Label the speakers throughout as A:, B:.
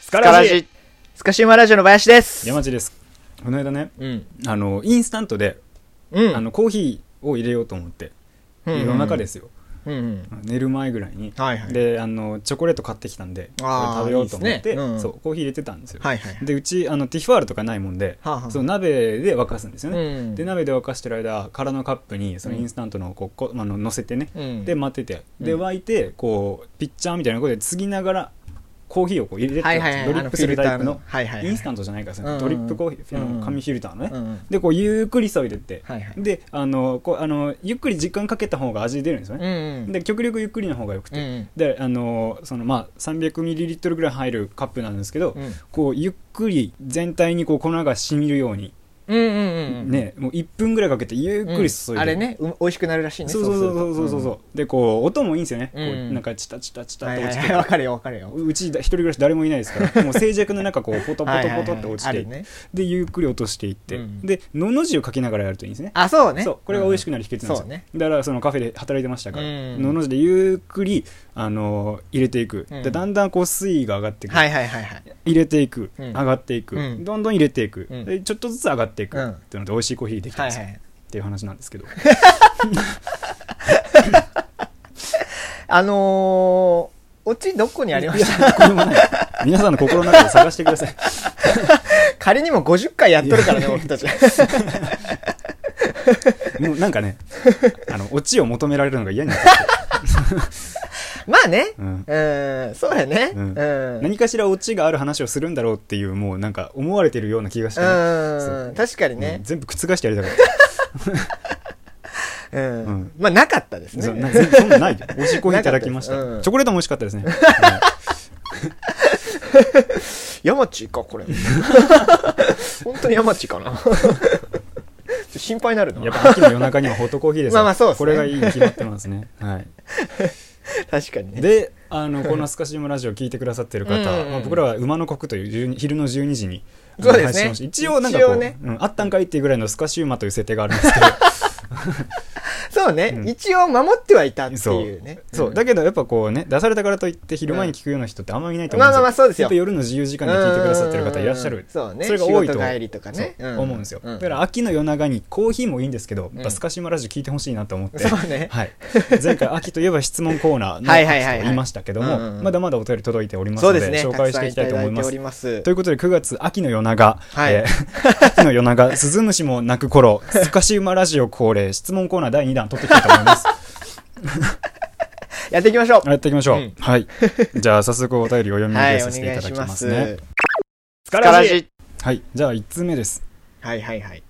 A: スカラジ
B: ジスカシウマラジオの林です
A: 山地ですこの間ね
B: うん
A: あのインスタントで、
B: うん
A: あのコーヒーを入れようと思って、
B: うんうん
A: 夜中ですよ
B: うんうん
A: 寝る前ぐらいに、
B: はいはい
A: であのチョコレート買ってきたんでこれ
B: あー
A: 食べようと思っ
B: いいで
A: て
B: すねうん
A: そうコーヒー入れてたんですよ、
B: はいはいはい
A: でうちあのティファールとかないもんで、
B: はあはあ
A: その鍋で沸かすんですよね、
B: うん
A: で鍋で沸かしてる間空のカップにそのインスタントのこうこあの乗せてね、
B: うん
A: で待っててで
B: うん
A: 沸いてこうピッチャーみたいなことで継ぎながらコーヒーをこう入れてったんですよ
B: はいはいはい
A: ドリップするタイプ
B: あの
A: の
B: フィルターのはいはいはい
A: インスタントじゃないからその
B: うんうん
A: ドリップコーヒーあ
B: うんう
A: の
B: ん
A: 紙フィルターのね、
B: うんうん
A: でこうゆっくり注いでって、
B: はいはい
A: であのこうあのゆっくり時間かけた方が味出るんですよ
B: う
A: ね、
B: ん
A: で極力ゆっくりの方がよくて、
B: うんうん
A: であのそのまあ 300ml ぐらい入るカップなんですけど、
B: うん
A: こうゆっくり全体にこう粉が染みるように、
B: うんうんうん
A: ねもう1分ぐらいかけてゆっくり注いで、
B: あれねう美味しくなるらしいね
A: そうそうそうそうそうそう、でこう音もいいんですよね、
B: うん
A: こうなんかチタチタチ
B: う
A: タ
B: ん
A: って
B: はい
A: 落
B: はい
A: ちて
B: はい
A: くる
B: わかるよわかるよ
A: ううちだ一人暮らし誰もいないです からもう静寂の中こうポトポトポトって落ち
B: はい
A: て
B: はいはいはいあるね
A: でゆっくり落としていって、
B: うん
A: でのの字を書きながらやるといいんですね
B: あそうね
A: そうこれが美味しくなる秘訣なんですよ、
B: そうね
A: だからそのカフェで働いてましたから、
B: うん
A: のの字でゆっくり、あのー入れていく、
B: うん
A: でだんだんこう水位が上がっていく、
B: はいはいはいはい
A: 入れていく、
B: う
A: 上
B: ん
A: がっていく、
B: うん
A: どんどん入れていく、
B: うん
A: でちょっとずつ上がっていく、っ
B: うん
A: ていうので美味しいコーヒーできたん
B: はい
A: ですよ、
B: はい
A: っていう話なん ですけど
B: あのーオチどこにありまし
A: い
B: た
A: やこれもね皆さんの心の中で探してください
B: 仮にも50回やっとるからね僕たち
A: もうなんかねあのオチを求められるのが嫌になってきて
B: まあね
A: う
B: うんんそうやね
A: う
B: うんんうん
A: 何かしらオチがある話をするんだろうっていうもうなんか思われてるような気がしてね、そう
B: 確かに
A: う
B: ね
A: ん全部覆してやりたかっう
B: う
A: ん
B: んまあなかったです
A: たそう
B: ね
A: な全部そんなんないよ美味しいコーヒーいただきました
B: なかったですうん
A: チョコレートも美味しかったですね、
B: 山地 かこれ本当に山地かなちょっと心配になる
A: うん
B: な
A: やっぱ秋の夜中にはホットコーヒーですよ
B: まあまあそうですね
A: これがいいに決まってますね、はい、
B: 確かにね
A: であのこのスカシウムラジオ聞いてくださってる方、
B: うん
A: まあ僕らは馬の国という12昼の12時にあの
B: そうです
A: 配
B: ね
A: 信をして一応なんかこ
B: 一
A: う、
B: 応ね
A: うんあったんかいっていうぐらいのスカシウマという設定があるん ですけど
B: そうね、
A: うん
B: 一応守ってはいたって
A: そう
B: いうね
A: そうだけどやっぱこうね出されたからといって昼前に聞くような人ってあんまりいないと思
B: ま
A: うんです
B: あま
A: よ、
B: あまあそうです
A: や
B: よ
A: っぱ夜の自由時間で聞いてくださってる方いらっしゃ
B: うんうんう
A: る
B: んそうね
A: それが多いと
B: 仕事帰りとかね
A: そう
B: うん
A: 思うんですよ
B: うん
A: だから秋の夜長にコーヒーもいいんですけど、やっ
B: う
A: ぱ
B: ん
A: スカシウマラジオ聞いてほしいなと思って
B: そうね
A: はい、前回秋といえば質問コーナーの
B: はいはいは
A: 秋
B: いはい
A: と言いましたけども、
B: うんうん
A: まだまだお便り届いております
B: そ
A: ので
B: うですね
A: 紹介していきたいと思い
B: た
A: ま
B: くさ
A: す
B: んいただいております
A: ということで9月秋の夜長、
B: はい
A: えー 秋の夜長鈴虫も鳴く頃スカシウマラジオ恒例質問コーナー第2弾取っていきたいと思います
B: やっていきましょう
A: やっていきましょう、
B: うん
A: はいじゃあ早速お便りをお読み
B: は
A: 上
B: い
A: げ
B: お
A: させてい
B: 願
A: た
B: い
A: だ
B: し
A: き
B: ま
A: ます
B: す
A: ね、
B: スカラジ
A: はいじゃあ1通目です
B: はいはいはい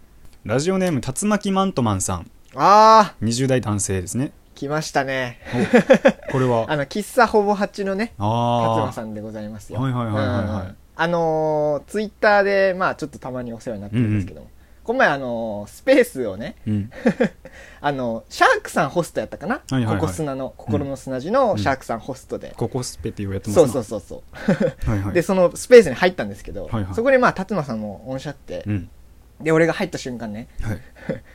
A: ラジオネーム竜巻マントマンさん
B: あ
A: 20代男性ですね
B: ー来ましたね
A: これは
B: あの喫茶ほぼ八のね勝
A: あ
B: 間
A: あ
B: さんでございますよ
A: はいはいはいはいはい
B: うんあのーツイッターでまあちょっとたまにお世話になってるんですけども、この前あのースペースをね
A: うん
B: あのシャークさんホストやったかな、
A: いはいはい
B: ここ砂の心の砂地のシャークさんホストで、
A: ここスペっていうやってます
B: そう
A: な
B: そうそうそう、
A: はいはい
B: でそのスペースに入ったんですけど、
A: はいはい
B: そこでまあ辰馬さんもおっしゃって、
A: うん
B: で俺が入った瞬間ね
A: はい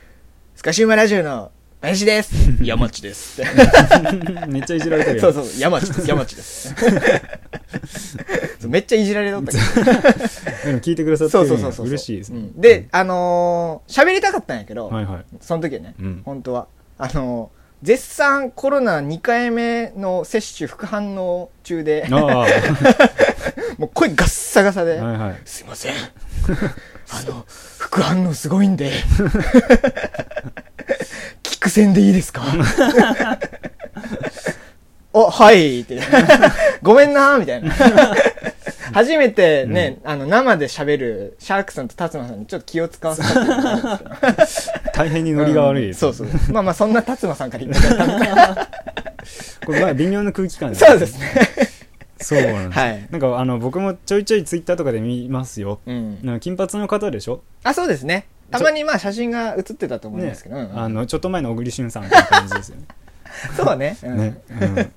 B: 「スカシウマラジオの林です」 「山地です」って
A: めっちゃい じられてる
B: そ
A: や
B: うんそう山地です山地です そうめっちゃいじられとったけど
A: でも聞いてくださって
B: そう
A: る
B: そ
A: の
B: うそう
A: が
B: そう
A: 嬉しいです
B: う
A: ね
B: んであのー喋りたかったんやけど、
A: はいはい
B: その時はね、
A: うん
B: 本当はあのー絶賛コロナ2回目の接種副反応中で
A: ああは
B: もう声ガッサガサで、
A: いはい
B: すいません あの副反応すごいんで キック戦でいいですか あはいって ごめんなみたいな 初めてね、あの生で喋るシャークさんと達馬さんにちょっと気を使わせたっていうのがあるんですけど
A: 大変にノリが悪いです、
B: うん そうそうまあまあそんな達馬さんから言っ てもらったんで
A: これまあ微妙な空気感です
B: そうですね
A: そうなんです、
B: はい
A: なんかあの僕もちょいちょいツイッターとかで見ますよ
B: うん
A: なんか金髪の方でしょ、
B: あそうですねたまにまあ写真が写ってたと思うんで
A: ね
B: すけど、うんうん
A: あのちょっと前の小栗旬さんみたいな感じですよね
B: そうね,、 うん、
A: ね、うん、で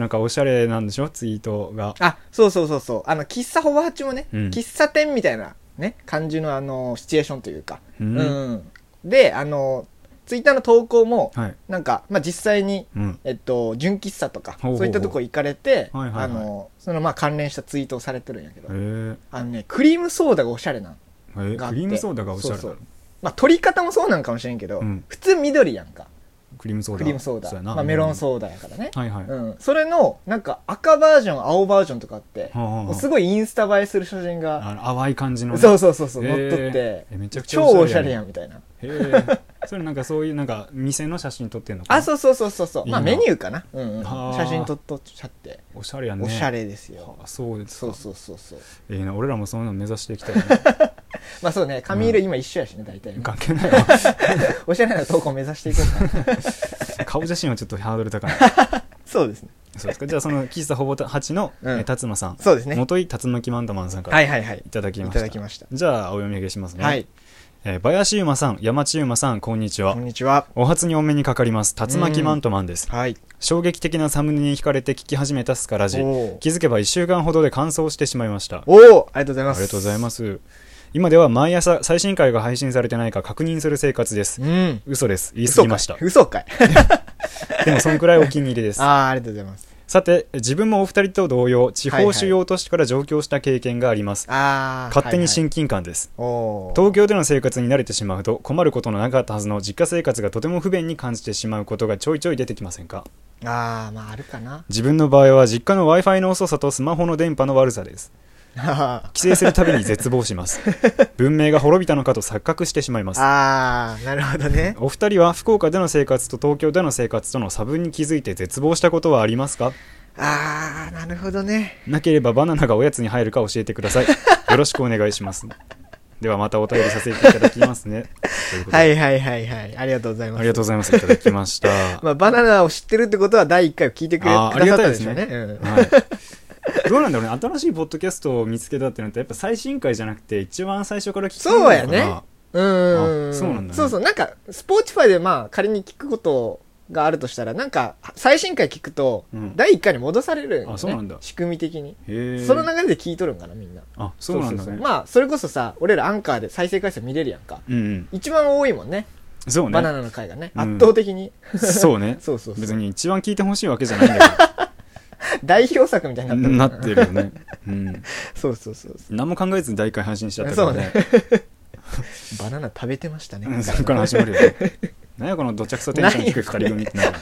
A: なんかおしゃれなんでしょツイートが
B: あ、そうそうそうそう。あの、喫茶ほぼ八もね、
A: うん
B: 喫茶店みたいなね、感じのあの、シチュエーションというか。
A: うん
B: うんで、あの、ツイッターの投稿も、
A: はい。
B: なんか、まあ、実際に、
A: うん。
B: えっと、純喫茶とか、
A: ほうほうほう
B: そういったとこ行かれて、
A: はいはいはい
B: あの、そのまあ関連したツイートをされてるんやけど
A: え、ー、
B: あのね、クリームソーダがおしゃれなの。
A: えー、
B: があ
A: ク
B: って
A: リームソーダがおしゃれだ
B: そう
A: ろ
B: そ。まあ、取り方もそうなんかもしれんけど、
A: うん
B: 普通緑やんか。
A: クリームソーダ。
B: クリームソーダ。
A: そうやな
B: まあ、メロンソーダやからね。
A: はいはい。は
B: うん。それの、なんか赤バージョン、青バージョンとかあって、
A: あはあ
B: も
A: は
B: う
A: あ
B: すごいインスタ映えする写真が、
A: あの淡い感じのね。
B: そうそうそうそう、
A: へ
B: 乗
A: ー
B: っ取って
A: えめちゃくちゃ
B: 超おしゃ
A: ん。
B: れやんみたいな
A: へーそれなんかそういうなんか店の写真撮ってんのかな
B: あそうそうそうそうそう
A: いい
B: ま
A: な
B: あメニューかな、うんうん、
A: はあ
B: 写真撮っとっちゃって
A: おしゃれやね
B: おしゃれですよ、
A: あそうです
B: そう
A: か
B: そうそうそう
A: ええな俺らもそういうの目指していきたい な
B: まあそうね髪色今一緒やしね大体ね
A: 関係ないわ
B: おしゃれな投稿目指していこ うか
A: 顔写真はちょっとハードル高い
B: そうですね
A: そうですかじゃあその喫茶ほぼた八の、
B: うん
A: え辰馬さん
B: そうですね
A: 元井辰巻マンタマンさんから
B: はいいはいはい
A: ただきま
B: い
A: した,、
B: ただきました
A: じゃあお読み上げしますね、
B: はい
A: えー林馬さん山地馬さんこんにちは
B: こんにちは
A: お初にお目にかかります辰巻マントマンです
B: はい
A: 衝撃的なサムネに惹かれて聞き始めたスカラジ
B: おー
A: 気づけば1週間ほどで完走してしまいました
B: おおありがとうございます
A: ありがとうございます。今では毎朝最新回が配信されてないか確認する生活です。
B: うん
A: 嘘です。言い過
B: 嘘
A: ぎ
B: か
A: ま
B: い
A: した。
B: 嘘かい
A: でもそんくらいお気に入りです
B: あ。あありがとうございます
A: さて、自分もお二人と同様、地
B: はい
A: 方
B: はい
A: 主要都市から上京した経験があります。
B: ああ
A: 勝手に
B: はい
A: 親近感です。
B: はい、おお
A: 東京での生活に慣れてしまうと困ることのなかったはずの実家生活がとても不便に感じてしまうことがちょいちょい出てきませんか
B: ああまああるか な
A: 自分の場合は実家の Wi-Fi の遅さとスマホの電波の悪さです
B: あ
A: 帰省するたびに絶望します 文明が滅びたのかと錯覚してしまいます
B: あなるほどね
A: お二人は福岡での生活と東京での生活との差分に気づいて絶望したことはありますか
B: ああなるほどね
A: なければバナナがおやつに入るか教えてくださ いよろしくお願いしますではまたお便りさせていただきますねということで
B: はいはいはいはい。ありがとうございます。
A: ありがとうございますいただきました、
B: まあ、バナナを知ってるってことは第1回を聞いてくれ
A: あー
B: くださったでしょうね。うん
A: はい、どうなんだろうね新しいポッドキャストを見つけたってなったらやっぱ最新回じゃなくて一番最初から聞くの
B: そうや
A: かな
B: ねうん
A: あそうなんだね
B: そうそう。なんか、スポーティファイでまあ、仮に聞くことがあるとしたら、なんか、最新回聞くと
A: うん、
B: 第1回に戻されるよね
A: あそうなんだ
B: 仕組み的に。
A: へえ
B: その流れで聞いとるんかな、みんな。
A: あそうなんだ
B: そ
A: ね
B: うそうまあ、それこそさ、俺らアンカーで再生回数見れるやんか。
A: うんうん
B: 一番多いもんね。
A: そうね
B: バナナの回がね。
A: うん
B: 圧倒的に。
A: そうね
B: そうそうそう
A: 別に一番聞いてほしいわけじゃないんだけど
B: 代表作みたいに なってる
A: なってるよね。うん。
B: そうそうそうそ
A: 何も考えずに第一回配信しちゃっ
B: う。
A: たから
B: そうね
A: ね。。
B: バナナ食べてましたね。
A: うんそこから始まるよ ね。何やこのどちゃくそテンション低い二人組ってなる。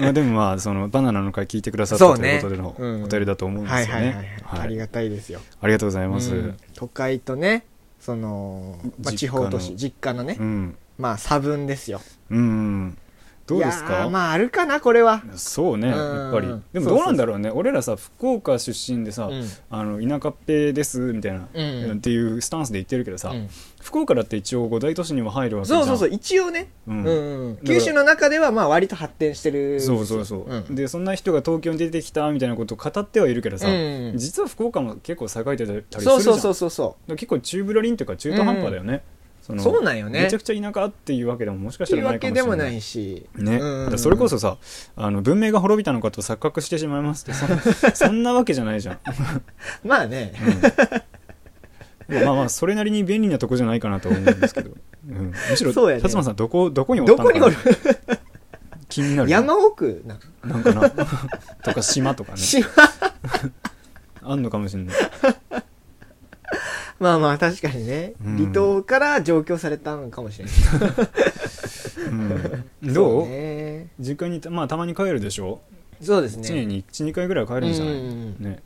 A: まあでもまあそのバナナの回聞いてくださった
B: そう
A: と
B: ね
A: いうことでの
B: うん
A: お便りだと思うんですよ
B: はいはいはい
A: ね。
B: はい、あり
A: はい
B: がたいですよ、
A: ありがとうございます。
B: うん都会とねその、まあ、
A: 実
B: 地
A: 家の
B: 方都市実家のね、
A: うん。
B: まあ差分ですよ
A: うん。どうです
B: いや
A: か
B: ーまああるかなこれは、
A: そうね、
B: うん
A: やっぱり。でもどうなんだろうね。俺らさ、福岡出身でさ
B: う、ん
A: あの田舎っぺですみたいな、
B: うんうん
A: っていうスタンスで言ってるけどさ、
B: うん
A: 福岡だって一応五大都市にも入るわけじゃ
B: そ
A: ん
B: うそうそう一応ね、
A: う
B: うんんうんうん九州の中ではまあ割と発展してる
A: そうそうそう、
B: うん
A: でそんな人が東京に出てきたみたいなことを語ってはいるけどさ、
B: うん
A: 実は福岡も結構栄えてたりするじゃ
B: そ
A: ん
B: うそうそう
A: だか
B: そうそ
A: ら結構中ぶらりんというか中途半端だよね、
B: う
A: の
B: そうなんよね
A: めちゃくちゃ田舎っていうわけでももしか
B: っ
A: した
B: てい
A: らな
B: うわ
A: いか
B: け
A: もし
B: で
A: れ
B: も
A: な
B: ないいし
A: ね、
B: うんうんうん
A: だからそれこそさあの文明が滅びたのかと錯覚してしまいますってそ そんなわけじゃないじゃん
B: まあね、
A: まあまあそれなりに便利なとこじゃないかなと思うんですけど、うん、むしろ
B: そうやね
A: 辰馬さんどこどこにおった
B: ど
A: の
B: こ
A: か
B: にお
A: な
B: る
A: 気になるよね
B: 山奥な
A: なんかなとか島とかね
B: 島
A: あんのかもしれない
B: まあまあ確かにね、
A: うん
B: 離島から上京されたのかもしれない
A: うん、どう
B: そうね
A: 実家にた,、まあ、たまに帰るでしょ、
B: そうですね
A: 常に12回ぐらい帰るんじゃない、
B: うんうんうん
A: ね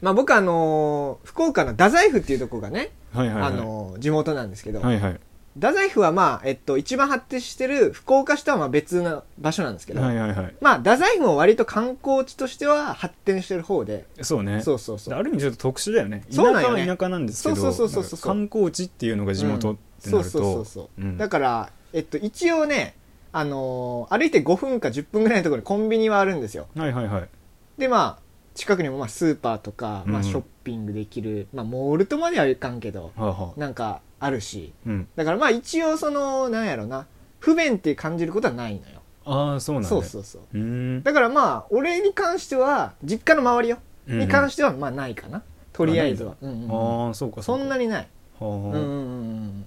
B: まあ僕あのー福岡の太宰府っていうとこがね、
A: はいはいはい、
B: あのー地元なんですけど、
A: はいはい
B: 太宰府はまあ、えっと、一番発展してる福岡市とはまあ別の場所なんですけど、
A: はいはいはい
B: まあ太宰府も割と観光地としては発展してる方で、
A: そうね
B: そうそうそう
A: ある意味ちょっと特殊だよね田舎
B: そうなんよね
A: は田舎なんですけど
B: そうそうそうそうそう
A: なんか観光地っていうのが地元って
B: そ
A: な
B: う
A: る
B: そうそ
A: と
B: うそう、
A: うん
B: だから、えっと、一応ね、あのー歩いて5分か10分ぐらいのところにコンビニはあるんですよ
A: はいはいはい
B: でまあ近くにもまあスーパーとか、
A: う
B: まあ、
A: ん
B: ショッピングできる、まあモールとまではいかんけど
A: はあ、はあ
B: なんかあるし
A: うん、
B: だからまあ一応そのなんやろな不便って感じることはないのよ
A: ああそうなんだ
B: そうそうそう
A: うーん
B: だからまあ俺に関しては実家の周りよ、
A: うん
B: に関してはまあないかなとりあえずは、うんうんうん
A: ああそうか
B: そ
A: うんか
B: なにない
A: はあ
B: うんうんうんうん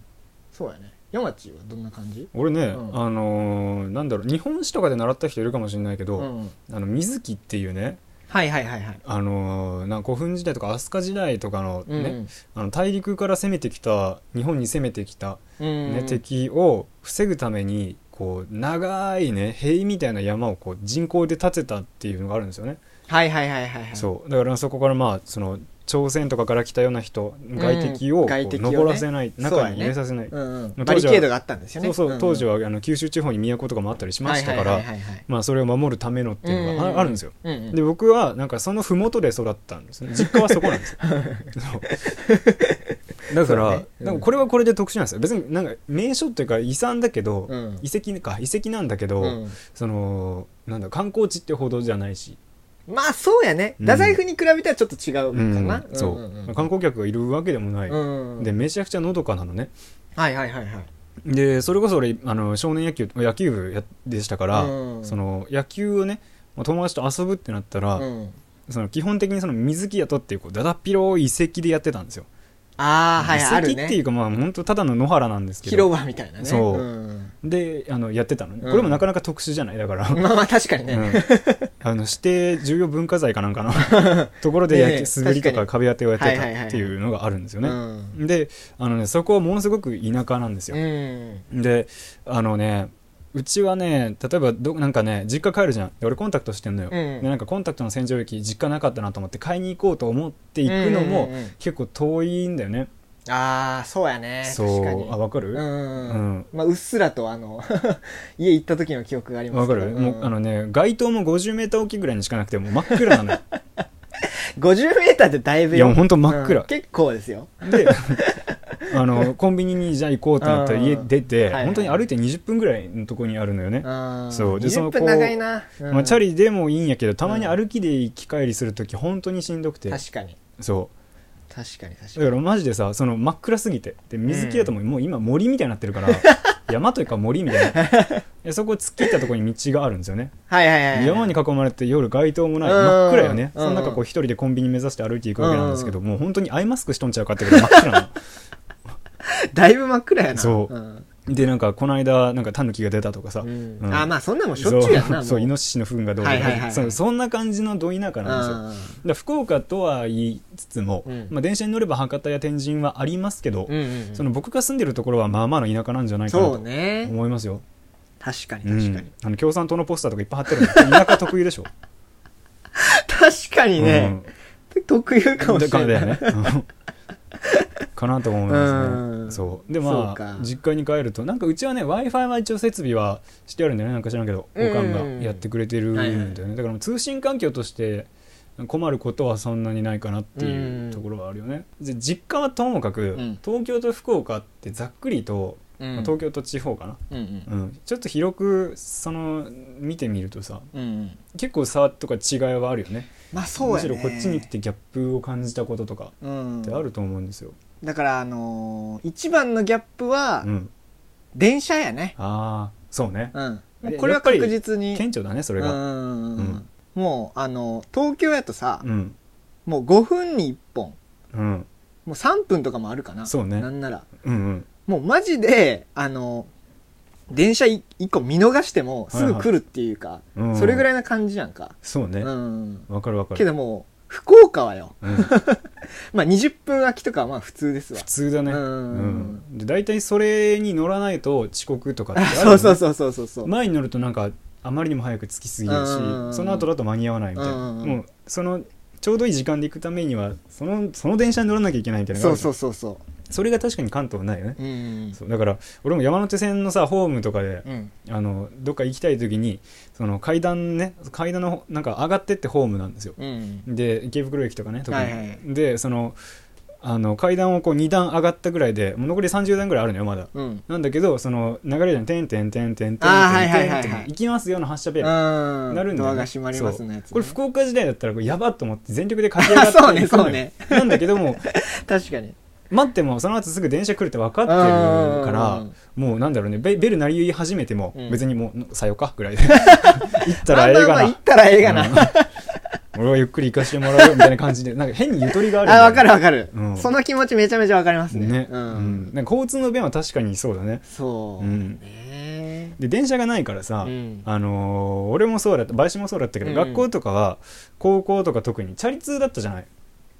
B: そうやね山地はどんな感じ
A: 俺ね、
B: うん
A: あのーなんだろう日本史とかで習った人いるかもしれないけど、
B: うんうん
A: あの水木っていうね、
B: はいはいはいはい。
A: あのーなんか古墳時代とか飛鳥時代とかの,、ね
B: ね、
A: あの大陸から攻めてきた日本に攻めてきた、ね
B: うん。
A: 敵を防ぐためにこう長いね塀みたいな山をこう人工で建てたっていうのがあるんですよね。
B: はいはいはいはいはい。
A: そうだからそこからまあその朝鮮とかから来たような人外敵をこう
B: 外敵をね
A: 登らせない、中に
B: そうだ
A: 入れ
B: ね
A: させないそう,、
B: うんう
A: ま
B: ん。
A: あ
B: バ
A: 当
B: リ
A: 時は
B: ケードがあったんですよね。
A: そう当時
B: は
A: はあの九州地方に都とかもあったりしましたから、
B: はいはいはいはいはい
A: まあ、それを守るためのっていうのがあ,、
B: うんうんうん
A: あるんですよ
B: うんうん
A: で僕はなんかその麓で育ったんです ね実家はそこなんですよそうだから
B: そうねうん
A: なんかこれはこれで特殊なんですよ別になんか名所っていうか遺産だけど、
B: うん
A: 遺跡か遺跡なんだけど、
B: うん
A: そのなんだ観光地ってほどじゃないし
B: まあそうやね。
A: うん
B: 太宰府に比べたらちょっと違うかな。
A: うんそう、観光客がいるわけでもない、
B: うん。
A: で、めちゃくちゃのどかなのね
B: はいはいはいはい。
A: でそれこそ俺あの少年野球野球部やでしたから、
B: うん
A: その野球をねまあ友達と遊ぶってなったら、
B: うん
A: その基本的にその水木宿っていうこうだだっ広い遺跡でやってたんですよ、
B: ああ、はいはい、あ
A: 遺
B: る
A: 跡ってい
B: ね
A: う。かまあ本当ただの野原なんですけ
B: 広
A: ど
B: 場みたいなね。
A: そうんであのやってたのね、
B: うん
A: これもなかなか特殊じゃないだから、
B: まあまあ確かにね。
A: うんあの指定重要文化財かなん かのところで
B: ねえ
A: 野球滑りと
B: 確か
A: か
B: に
A: 壁当てをやって
B: はいはい
A: た
B: はい
A: っていうのがあるんですよ
B: う
A: ね、
B: ん。
A: であのねそこはものすごく田舎なんですよ、
B: うん。
A: であのねうちはね例えばどなんかね実家帰るじゃんで俺コンタクトしてんのよ、
B: うん
A: でなんかコンタクトの洗浄液実家なかったなと思って買いに行こうと思って行くのも
B: うんうんうん
A: 結構遠いんだよね、
B: ああ、そうやね。
A: そ
B: 確かに
A: うあ。わかる
B: う
A: わ、
B: ん
A: うん
B: まあ、うっすらとあの 家行った時の記憶があります
A: か
B: け
A: る
B: ど、
A: もうあのね街灯も 50m 置きぐらいにしかなくてもう真っ暗 なのよ
B: 50メーターってだいぶ
A: いやもうほんと真っ暗
B: うん結構ですよ
A: であのコンビニにじゃあ行こうってなったら
B: うん
A: 家出て、
B: はいはい
A: 本当に歩いて20分ぐらいのとこにあるのよね、そうで
B: で
A: その
B: 20分長いな、うん
A: まあ、チャリでもいいんやけどたまに歩きで行き帰りするとき本当にしんどくて、
B: 確かに
A: そう
B: 確かに確か
A: だ
B: に
A: からマジでさその真っ暗すぎてで水木だともうもう今森みたいになって るから山というか森みたいなでそこ突っ切ったところに道があるんですよね
B: はいはいはいはい
A: 山に囲まれて夜街灯もない
B: うん
A: 真っ暗よね
B: うん
A: その中こう一人でコンビニ目指して歩いていくわけなんですけどもう本当にアイマスクしとんちゃうかってぐらい真っ暗な
B: だいぶ真っ暗やな
A: そう
B: うん
A: のでなんかこの間なんかタヌキが出たとかさ、
B: うん
A: うん
B: あまあそんなもんしょっちゅうやんな
A: そ
B: も
A: うそうイノシシの糞がどうとか、
B: はいはいはい
A: そうそんな感じのど田舎なんですよ、だから福岡とは言いつつも、
B: うん
A: まあ、電車に乗れば博多や天神はありますけど、
B: うんうんうんうん
A: その僕が住んでるところはまあまあの田舎なんじゃないかな
B: そう
A: と
B: ね
A: 思いますよ、
B: 確かに
A: う
B: 確かに、
A: ん、あの共産党のポスターとかいっぱい貼ってるの田舎特有でしょ
B: 確かにね、特有か
A: うん、
B: も
A: だ
B: し
A: か
B: れ
A: ら
B: な
A: だよ
B: い
A: ねうんかなと思います
B: う
A: ね
B: ん
A: そうで
B: そう
A: まあ
B: か
A: 実家に帰るとなんかうちはね w i f i は一応設備はしてあるんだよねなんか知らんけどお
B: うん
A: かんがやってくれてるんだよね、だからもう通信環境として困ることはそんなにないかなっていうところはあるよね、で実家はともかく、
B: ん
A: 東京と福岡ってざっくりと、
B: うん
A: まあ東京と地方かな、
B: うんうん
A: うん、ちょっと広くその見てみるとさ
B: うんうん
A: 結構差とか違いはあるよね
B: まあそう
A: む
B: や
A: し
B: ね
A: ろこっちに来てギャップを感じたこととか
B: うん
A: ってあると思うんですよ、
B: だからあのー一番のギャップは
A: うん
B: 電車やね
A: ああそうね
B: うんもう
A: で
B: これ
A: や
B: は
A: っぱり
B: 確実に
A: 顕著だねそれ
B: う
A: が
B: んうんうんう
A: うん
B: もうあの東京やとさ、
A: うん
B: もう5分に1本
A: うん
B: もう3分とかもあるかな
A: そうね
B: なんなら
A: うんうん
B: もうマジであの電車1個見逃してもすぐ来るっていうか、
A: うん
B: それぐ
A: い
B: らいな感じやんか、
A: そう
B: う
A: ね
B: ん
A: わ、
B: うん
A: かるわか
B: け
A: る
B: どもう福岡はよ、
A: うん
B: まあ、20分空きとかはまあ普通ですわ
A: 普通だね
B: う
A: うんんで大体それに乗らないと遅刻とかってあ
B: あ
A: るよね
B: そうそうそうそうそうそう、
A: 前に乗るとなんかあまりにも早く着きすぎるし
B: うん
A: その後だと間に合わないみたいな
B: うん
A: もうそのちょうどいい時間で行くためにはそのその電車に乗らなきゃいけないみたいなのが
B: そ
A: あ
B: う
A: るじゃ
B: そ
A: ん
B: うそうそ
A: それが確かに関東ないよね
B: ううん
A: そうだから俺も山手線のさホームとかで
B: うん
A: あのどっか行きたい時にその階段ね階段のなんか上がってってホームなんですよ
B: うん
A: で池袋駅とかね特に、
B: はいはい
A: でそのあの階段をこう2段上がったぐらいでもう残り30段ぐらいあるのよまだ
B: うん
A: なんだけどその流れじゃん「てんてんてんてんてんてんてん」
B: あーはいはいはいはい
A: 行きますよ」の発車ベル
B: な
A: なるんだ
B: ド
A: よね
B: アが閉まりますのやつね、
A: これ福岡時代だったらこれやばっと思って全力で駆け上がって
B: そうねそうね
A: 行くのよなんだけども
B: 確かに
A: 待ってもその後すぐ電車来るって分かってるからもうなんだろうねベベル鳴り始めても
B: うん
A: 別にもう「さよか」ぐらいで行ったらええ
B: まあまあ
A: が
B: ま
A: な
B: あ行ったらええがな、
A: うん俺はゆっくり行かしてもらうよみたいな感じでなんか変にゆとりがある
B: あ、わかるわかる
A: う。ん
B: その気持ちめちゃめちゃわかりますね。
A: ね、う
B: うんん。
A: なんか交通の便は確かにそうだね
B: そう。
A: うん
B: ね
A: で電車がないからさ、
B: うん
A: あのー俺もそうだった林もそうだったけど、
B: うん
A: 学校とかは高校とか特にチャリ通だったじゃない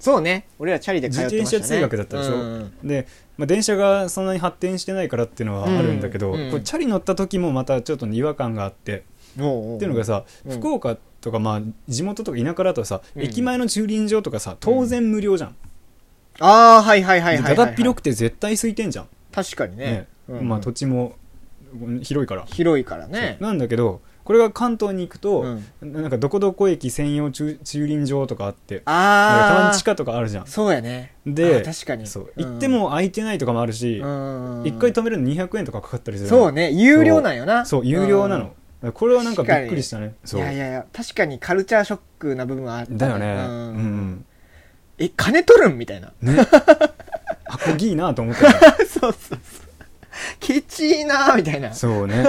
B: そうね。俺らチャリで通ってまし
A: 自
B: たね。
A: 転車通学だったでしょ
B: うん
A: で、まあ、電車がそんなに発展してないからっていうのはあるんだけど、
B: うんうん
A: これチャリ乗った時もまたちょっとね違和感があって、
B: おうおう
A: っていうのがさ、
B: うん
A: 福岡とかまあ地元とか田舎だとさ、
B: うん
A: 駅前の駐輪場とかさ当然無料じゃん、
B: ああ、はいはいはいはいはいは
A: で
B: い。
A: だだっ広くて絶対空いてんじゃん、
B: 確かにね
A: ね。
B: うん
A: まあ、土地も広いから、
B: 広いからね。
A: なんだけどこれが関東に行くと、
B: うん
A: なんかどこどこ駅専用駐駐輪場とかあってなんかたま
B: あ
A: に
B: あ。
A: 地下とかあるじゃん
B: そうやね。
A: で
B: あー確かに。
A: そう
B: うん
A: 行って、も空いてないとかもあるし、
B: 一
A: 一回止めるの200円とかかかったりする
B: そうね。有料なんよな。
A: そう有料なの、だ
B: うん。
A: からこれはなんかびっくりしたね
B: い
A: そう
B: やいやいや、確かにカルチャーショックな部分はあった。
A: だよね
B: うん
A: うん、
B: え、金取るんみたいな。
A: ねあこぎいなと思ったよ
B: そうそう そう。ケチいなーみたいな。
A: そうね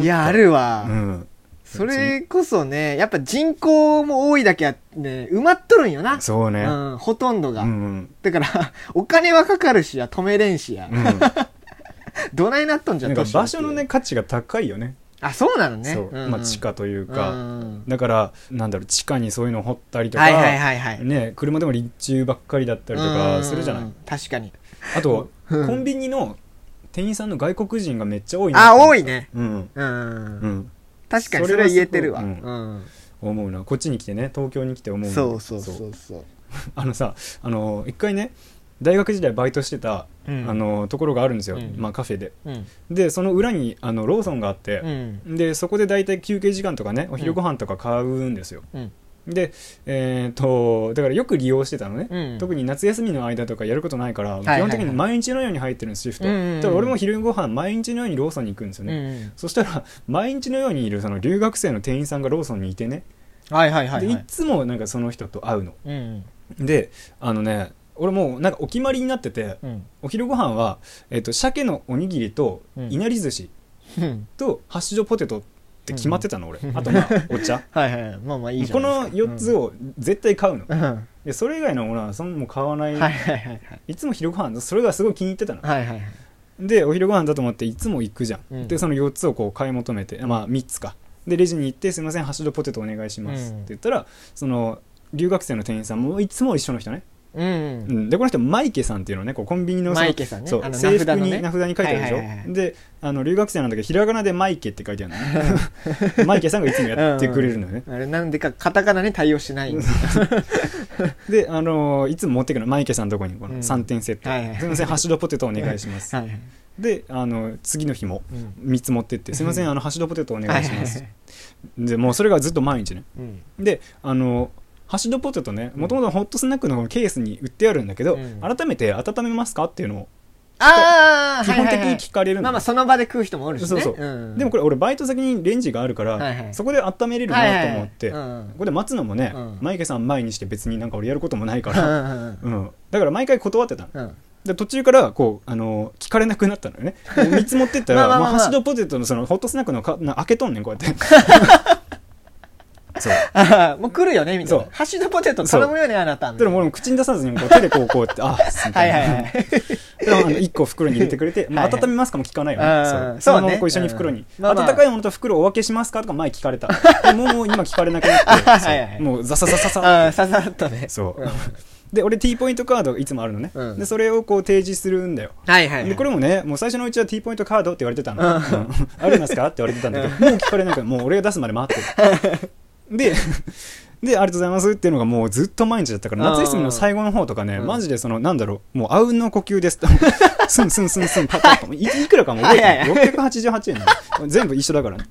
B: いや、あ
A: る
B: るわ。
A: うん
B: それこそね、やっぱ人口も多いだけあってね、埋まっとるんよな。
A: そうね
B: うん、ほとんど
A: う
B: が。
A: んうん
B: だから、 お金はかかるしや、止めれんしや。
A: うん、なんか
B: どないなっとんじゃん、
A: 場所のね
B: 年々っていう。
A: 価値が高いよね
B: あ、そうなのね。
A: そう、
B: うんうん
A: まあ、地下という
B: う
A: か、
B: んうん
A: だからなんだろう地下にそういうのを掘ったりとか、
B: はいはいはいはい。
A: ね、車でも立中ばっかりだったりと
B: うんうんう
A: か
B: ん
A: するじゃない、
B: 確かに。
A: あと、
B: うん
A: コンビニの店員さんの外国人がめっちゃ多いな
B: あ、
A: って
B: 多いね。
A: うん
B: うん。
A: うん
B: 確かに、
A: そ
B: そ
A: れ
B: れ
A: は
B: は
A: すごい
B: 言えてるわ。
A: う
B: うんん。
A: 思うなこっちに来てね東京に来て思うな
B: そうそうそううそう。
A: あのさあの一回ね大学時代バイトしてた、
B: うん
A: あ、のところがあるんですよ、
B: うん
A: まあ、カフェで
B: うん。
A: でその裏にあのローソンがあって
B: う、ん。
A: でそこで大体休憩時間とかねお昼ご飯とか買うんですよ、
B: うん。
A: でえーっとだからよく利用してたのね、
B: うん
A: 特に夏休みの間とかやることないから、
B: いはいはい
A: 基本的に毎日のように入ってるんですシフト、
B: うんうんうん
A: ただ俺も昼ご飯毎日のようにローソンに行くんですよ
B: う
A: ね、
B: ん。
A: そしたら毎日のようにいるその留学生の店員さんがローソンにいてね、
B: はいはいはい
A: で
B: はい
A: っ
B: い。
A: つもなんかその人と会うの
B: うん。
A: であのね俺もうなんかお決まりになってて
B: うん。
A: お昼ご飯はえっと鮭のおにぎりと
B: うん
A: いなり寿司
B: うん
A: とハッシュドポテトって決まってたの俺、
B: うん
A: あと まあお茶
B: はいはい。まあまあいいじゃ
A: こ
B: ない
A: の4つ
B: を。
A: を絶対買うの、
B: うん。うん
A: でそれ以外のものはそんなもう買わない、
B: はいはいはいはい。
A: いつも昼ご飯それがすごい気に入ってたの
B: はいはいはい。
A: でお昼ご飯だと思っていつも行くじゃん、
B: うん
A: でその4つをこう買い求めてまあ3つかでレジに行って「すいませんハッシュドポテトお願いします」っ
B: うん
A: て言ったらその留学生の店員さんもいつも一緒の人ね、う
B: う。
A: んん、でこの人マイケさんっていうのねこうコンビニのその
B: マイケさんね。
A: そう
B: あの
A: 制服
B: 名札の
A: に
B: ね
A: 名札に書いてあるでしょ、
B: はいはいはいはい
A: であの留学生なんだけどひらがなで「マイケ」って書いてあるの マイケさんがいつもやってくれるのね、
B: あれなんでかカタカナに対応しないんです
A: で、あのーいつも持ってくのマイケさんのとこにこの
B: うん
A: 3点セット、
B: はいはい
A: すいませんハッシュドポテトお願いします
B: はいはい
A: であの次の日も
B: うん
A: 3つ持ってって「すいませんあのハッシュドポテトお願
B: はい
A: いし
B: はい
A: ま
B: は
A: す」
B: い
A: でもうそれがずっと毎日ね
B: うん
A: であのハッシュドポテトねもともとホットスナックのケースに売ってあるんだけど、
B: うん
A: 改めて温めますかっていうのを
B: ああ
A: 基本的に聞かれるん
B: ま
A: だ
B: あまあその場で食う人もおるしね
A: そうそうでもこれ俺バイト先にレンジがあるから、
B: はいはい
A: そこで温めれるなと思って、
B: はいはいはいうん
A: ここで待つのもね、
B: うん
A: マイケさん前にして別になんか俺やることもないか
B: れう
A: ら、
B: んうん
A: うん、だから毎回断ってたの
B: うんうん
A: で途中からこうあの聞かれなくなったのよね3 つ持ってったら
B: まあまあ
A: も
B: ま
A: う
B: あ
A: ハッシュドポテトのそのホットスナックのかな開けとんねんこう やってそう
B: あーもう来るよねみたい
A: そ
B: な
A: う
B: ハッシュドポテト頼むよねあなたみ
A: で
B: たいな
A: も俺も口に出さずにこう手でこうこうやってあ み
B: は
A: たい
B: い
A: な
B: はいはい
A: であの1個袋に入れてくれて「まあ
B: はいはい
A: 温めますか?」も聞かないよ
B: う
A: ね
B: ん
A: そ
B: そうう
A: そのまま
B: ね
A: こう一緒に袋に
B: うんまあまあ
A: 温かいものと袋をお分けしますか?」とか前聞かれ たでもうもう今聞かれなくなっ
B: あ
A: て
B: はいはい
A: そうもうザサザサザ
B: あーささっとね
A: そう
B: うん
A: で俺 T ポイントカードがいつもあるのね
B: うん
A: でそれをこう提示するんだよ
B: はいはいはい
A: でこれもねもう最初のうちは T ポイントカードって言われてたの、
B: うん
A: うんありますかって言われてたんだけ ど、もう聞かれないからもう俺が出すまで待ってるででありがとうございますっていうのがもうずっと毎日だったから
B: うん
A: 夏休みの最後の方とかね、
B: うん
A: マジでそのなんだろうもうあうんの呼吸ですと スンスンスンスンパッパッパッいいくらかも覚えてない688円なの全部一緒だからね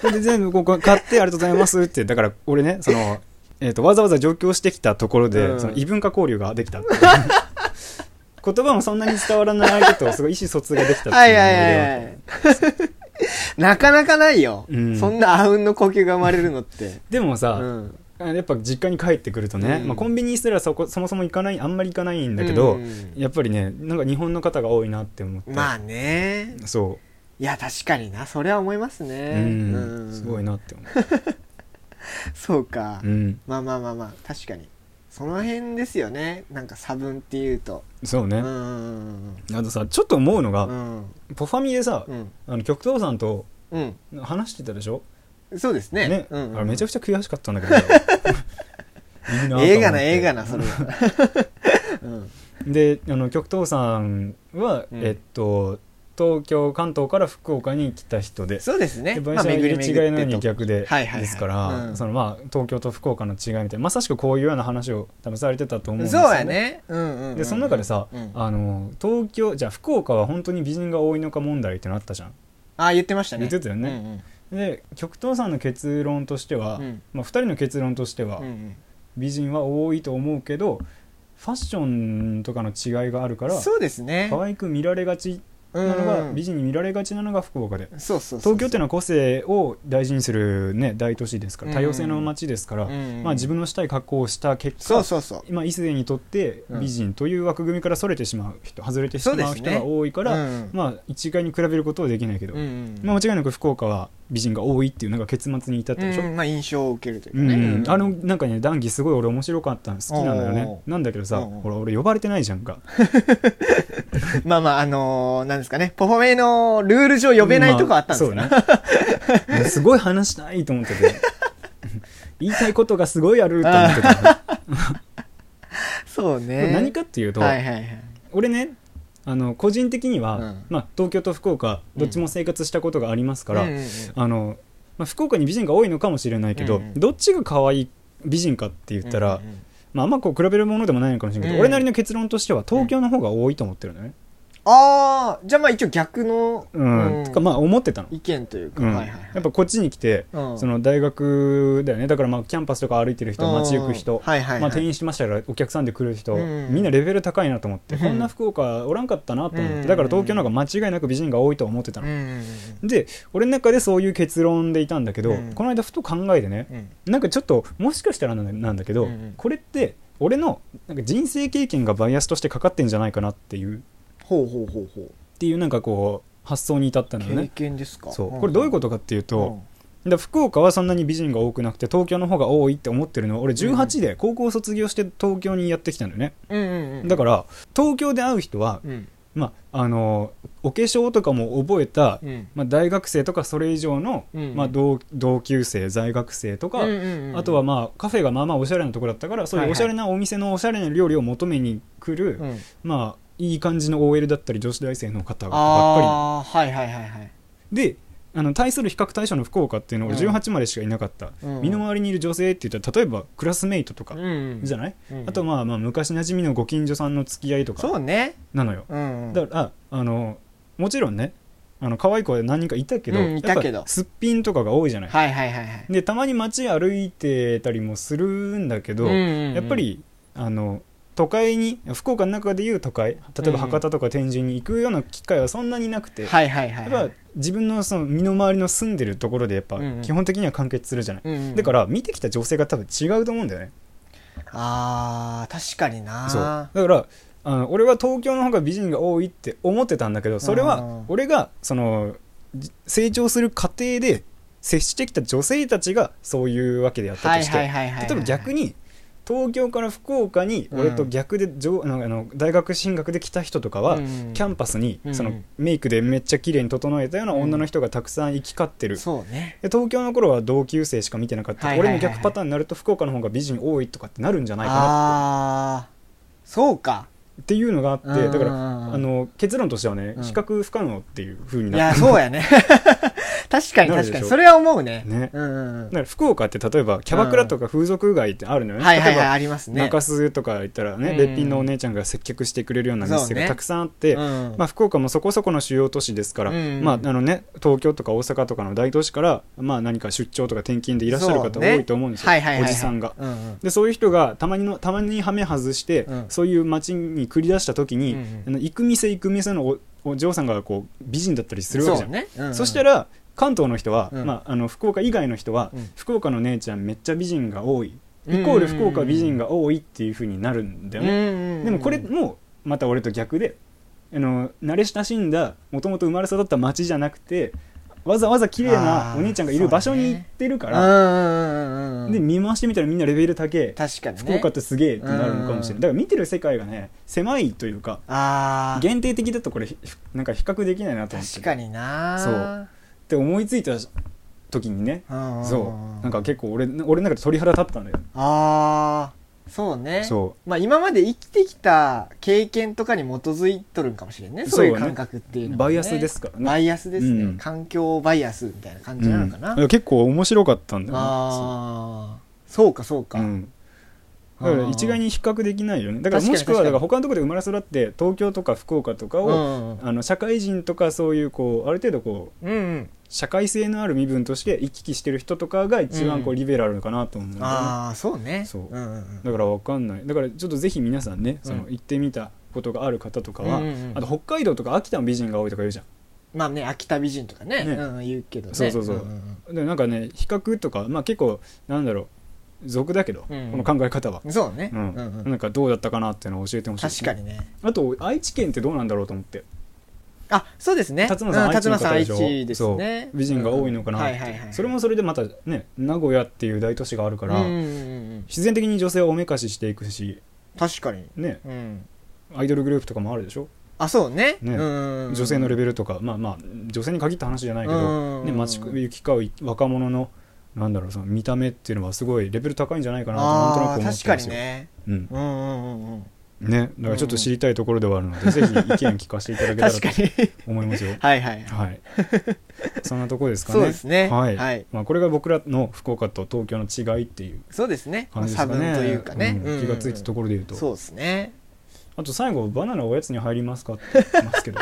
A: それで全部ここ買ってありがとうございますってだから俺ねその、えー、とわざわざ上京してきたところで、
B: うん
A: その異文化交流ができたっていう言葉もそんなに伝わらない相手とすごい意思疎通ができたっていうのが
B: はいはいはいはい なかなかないよ
A: うん
B: そんなあうんの呼吸が生まれるのって
A: でも
B: う
A: さ、
B: ん
A: やっぱ実家に帰ってくるとね、
B: うん
A: まあ、コンビニすらそこそもそも行かないあんまり行かないんだけど、
B: うん
A: やっぱりねなんか日本の方が多いなって思って、
B: まあね
A: そ
B: いや確かになそれは思いますね
A: うんすごいなって思う
B: そうか、
A: うん
B: まあまあまあまあ確かにその辺ですよねなんか差分っていうと
A: そう
B: う
A: ね
B: んうん
A: あとさちょっと思うの
B: う
A: が
B: ん
A: ポファミでさ
B: うん
A: あの極東さんと
B: うん
A: 話してたでしょ
B: うんそうですね
A: ね
B: うんうん
A: あれめちゃくちゃ悔しかったん だけど さいいなと思って
B: 映画な映画なそれは うん
A: であの極東さんは、
B: うん
A: えっと東京関東から福岡に来た人で
B: そうですね
A: で文章の入れ違いのように
B: と
A: 逆で
B: はいはいはい
A: ですか
B: う
A: ら
B: ん
A: そのまあ東京と福岡の違いみたいなまさしくこういうような話を多分されてたと思うんです
B: そうやねうんうんうんうん
A: でその中でさ、
B: うん
A: あの東京じゃあ福岡は本当に美人が多いのか問題ってなったじゃん
B: あ言ってました
A: 言
B: ね
A: ってたよねで極東さんの結論としては、
B: うんうん
A: まあ、2人の結論としては、
B: うんうん
A: 美人は多いと思うけどファッションとかの違いがあるから
B: そうですね
A: 可愛く見られがち
B: う
A: なの
B: ん
A: が
B: うん
A: 美人に見られがちなのが福岡で
B: そうそうそう
A: 東京っていうのは個性を大事にする、ね、大都市ですから
B: うん
A: 多様性の街ですから、
B: うんうん
A: まあ、自分のしたい格好をした結
B: そ
A: 果
B: うそうそう
A: 今異性にとって美人という枠組みからそれてしまう人外れてしまう人が多いから、
B: うん
A: まあ、一概に比べることはできないけど、
B: うんうん
A: まあ、間違いなく福岡は美人が多いっていうのが結末に至ったでしょ。
B: うんまあ印象を受けるという
A: う
B: か
A: ん
B: ね
A: あのなんかね談義すごい俺面白かったの好きなんだよ
B: おうおう
A: ねなんだけどさ
B: おうおう
A: ほら俺呼ばれてないじゃんか
B: まあまあ、あのー、なんですかね、ポフォメのルール上呼べないとこあったんですよね。
A: まあそう ねすごい話したいと思ってて 言いたいことがすごいあると思ってた
B: そう
A: で
B: ね。
A: も何かっていうと、
B: はいはいはい。
A: 俺ねあの個人的には、
B: うん
A: まあ、東京と福岡どっちも生活したことがありますから、
B: うんうんうん
A: あのまあ、福岡に美人が多いのかもしれないけど、
B: うんうん
A: どっちが可愛い美人かって言ったら、
B: うんうんうん
A: まあ、あんまこう比べるものでもないのかもしれないけど、
B: うん
A: 俺なりの結論としては東京の方が多いと思ってるのね、
B: ああ、じゃあまあ一応逆の、
A: うん
B: うん
A: とかまあ思ってたの、
B: 意見というか、
A: うん
B: はいはいはい。
A: やっぱこっちに来て、
B: うん
A: その大学だよねだからまあキャンパスとか歩いてる人
B: うん
A: 街行く人、
B: はいはいはい
A: まあ、転院しましたからお客さんで来る人、
B: うん
A: みんなレベル高いなと思って、
B: うん
A: こんな福岡おらんかったなと思って、
B: うん
A: だから東京の方が間違いなく美人が多いと思ってた
B: うん
A: の、
B: うん
A: で俺の中でそういう結論でいたんだけど、
B: うん
A: この間ふと考えてね
B: うんうん。
A: なんかちょっともしかしたらなんなんだけど、
B: うんうん
A: これって俺のなんか人生経験がバイアスとしてかかってんじゃないかなっていう
B: ほうほうほうほう。
A: っていうなんかこう発想に至ったのよ
B: 経
A: ね。
B: 験ですか。
A: そうこれどういうこととかっていうと、で福岡はそんなに美人が多くなくて東京の方が多いって思ってるのは俺18で高校卒業して東京にやってきたんだよね、
B: うんうんうん。
A: だ
B: か
A: から東京で会う人は、
B: ら、うん
A: まああのお化粧とかも覚えた、
B: うん。
A: まあ、大学生とかそれ以上の、
B: うん
A: まあ、同同級生在学生とか、
B: うんうんうん
A: あとは、まあカフェがまあまあおしゃれなところだったからそういうおしゃれなお店のおしゃれな料理を求めに来る、
B: うん、
A: まあいい感じの OL だったり女子大生の方ばっかりなの
B: ああー、はいはいはいはい。
A: であの対する比較対象の福岡っていうのが
B: うん
A: 18までしかいなかった、
B: うん
A: 身の回りにいる女性って言ったら例えばクラスメイトとか
B: うん
A: じゃ
B: ない
A: ない、
B: うん
A: あとまあまあ昔馴染みのご近所さんの付き合いと
B: そ
A: か
B: うね。
A: なのよ
B: うんうん。
A: だからああのもちろんねあの可愛い子は何人かいたけど,、
B: うんいたけど
A: やっぱすっぴんとかが多いじゃない、
B: はいはいはいはい。
A: でたまに街歩いてたりもするんだけど、
B: うんうんうん
A: やっぱりあの都会に福岡の中でいう都会例えば博多とか天神に行くような機会はそんなになくて、
B: はいはいはいはい。
A: やっぱ自分のその身の回りの住んでるところでやっぱ
B: うんうん
A: 基本的には完結するじゃない、
B: うんうん
A: だから見てきた女性が多分違うと思うんだよね
B: あー確かに
A: そう
B: な
A: だからあの俺は東京の方が美人が多いって思ってたんだけどそれ
B: う
A: は
B: ん
A: 俺がそのじ成長する過程で接してきた女性たちがそういうわけであったとして
B: はい
A: 例
B: はいはいはいはい
A: えば逆に東京から福岡に俺と逆で、じょあのあの大学進学で来た人とかは、
B: うん
A: キャンパスに
B: うん
A: そのメイクでめっちゃ綺麗に整えたような女の人がたくさん行き交ってる、
B: そうね
A: で東京の頃は同級生しか見てなかった、
B: はいはいはいはい
A: 俺の逆パターンになると福岡の方が美人多いとかってなるんじゃないかな
B: ああそうか
A: っていうのがあってだか
B: うん
A: ら
B: うんうん
A: あの結論としてはね、
B: うん
A: 比較不可能っていう風に
B: い
A: な
B: や
A: って
B: そうやね 確かに
A: なるでし
B: 確
A: ょ
B: かにそれは思うね
A: ね
B: うんうんうん
A: だから福岡って例えばキャバクラとか風俗街ってあるのよね、
B: はいはい
A: 例
B: はいあ
A: え
B: ります
A: ば
B: ね
A: 中洲とか行ったらね、
B: うん
A: べっぴんのお姉ちゃんが接客してくれるような
B: そ
A: 店
B: うね
A: がたくさんあって、
B: うん
A: まあ、福岡もそこそこの主要都市ですから、
B: うん
A: まああのね、東京とか大阪とかの大都市から、まあ、何か出張とか転勤でいらっしゃる
B: そ
A: 方
B: ね
A: 多いと思うんですよ、
B: はいはいはい
A: お
B: はい
A: じさんが。
B: うんうん
A: でそういう人がたまにのたまにハメ外して、
B: うん
A: そういう街に繰り出した時に、
B: うんうん
A: あの行く店行く店のおお嬢さんがこう美人だったりするわけじゃん
B: そうねうんうん
A: そしたら関東の人は、
B: うん
A: まあ、あの福岡以外の人は、
B: うん
A: 福岡の姉ちゃんめっちゃ美人が多いイ
B: うん
A: コール福岡美人が多いっていうふうになるんだよ
B: う
A: ね、
B: んうんうん
A: でもこれもまた俺と逆であの慣れ親しんだもともと生まれ育った町じゃなくてわざわざ綺麗な
B: あー
A: お姉ちゃんがいる場所に行ってるか
B: う
A: ら、
B: んうんうんうん
A: で見回してみたらみんなレベル高え
B: 確かにね
A: 福岡ってすげえってなるのかもしれない、
B: うん
A: だから見てる世界がね狭いというか
B: ああ
A: 限定的だとこれひなんか比較できないなと思って
B: 確かにな
A: そうって思いついた時にね
B: うんうんうん
A: そうなんか結構俺俺の中で鳥肌立ったんだよ
B: ああそうね
A: そ
B: まあ今まで生きてきた経験とかに基づいとるんかもしれんねそういう
A: そうね
B: 感覚っていうのもね
A: バイアスですからね
B: バイアスですね、
A: うん
B: 環境バイアスみたいな感じなのかな、
A: うんいや結構面白かったんだよね
B: ああそうかそう
A: そ
B: か、
A: ううんだから一概に比較できないよねだから
B: 確か
A: も
B: に
A: しくはだから
B: 確
A: 他のところで生まれ育って東京とか福岡とか
B: う
A: を、
B: んうん
A: あの社会人とかそういうこうある程度こう
B: うんうん
A: 社会性のある身分として行き来してる人とかが一番こう
B: うん
A: リベラルかなと思うんだよね、
B: ああそうね
A: そうん
B: うんうん
A: だからわかんないだからちょっとぜひ皆さんねその
B: うん
A: 行ってみたことがある方とかは、
B: うんうんうん
A: あと北海道とか秋田の美人が多いとか言うじゃん
B: まあね秋田美人とかね
A: ね
B: うんうん、言うけどね
A: そうそうそうん
B: ん
A: でなんかね比較とか、まあ、結構なんだろう俗だけど、
B: うん
A: この考え方は
B: う、んそうね、
A: う
B: うん
A: ん
B: うん
A: なんかどうだったかなっていうのを教えてほしいで
B: 確
A: す
B: か
A: ね、
B: にね
A: あと愛知県ってどうなんだろうと思って
B: あそうですね
A: 辰野さん愛知の
B: う辰野さん
A: 方で
B: 愛
A: しょ
B: 知ですね
A: そう美人が多いのかなって
B: うんはいはいはい、
A: それもそれでまたね名古屋っていう大都市があるから、
B: うんうんうんうん
A: 自然的に女性はおめかししていくし
B: 確かに、
A: ね
B: うん、
A: アイドルグループとかもあるでしょ、
B: あそうね
A: ね
B: うん
A: 女性のレ
B: ル
A: ベルとかまあまあ女性に限った話じゃないけど、
B: うん
A: ね、街行き交う若者のなんだろうその見た目っていうのはすごいレベル高いんじゃないかなとなんとな
B: あ
A: く
B: あ
A: 思っ
B: 確
A: てま
B: か
A: す
B: に
A: よ、
B: ね
A: うん、
B: うんうんうんうん
A: ね、だからちょっと知りたいところではあるので、ぜひ意見聞かせていただけたら
B: 確
A: と
B: かに
A: 思いますよ。
B: はいはいはい
A: はい。そんなところですかね。
B: そうですね
A: はい。
B: はい
A: まあ、これが僕らの福岡と東京の違いっていう
B: そうですね
A: 感じです
B: 差
A: か
B: 分
A: ね。
B: というかね、
A: ん気がついたと
B: こ
A: ころで言うと。
B: そうですね
A: あと最後、バナナおやつに入りますかって言ってます けど。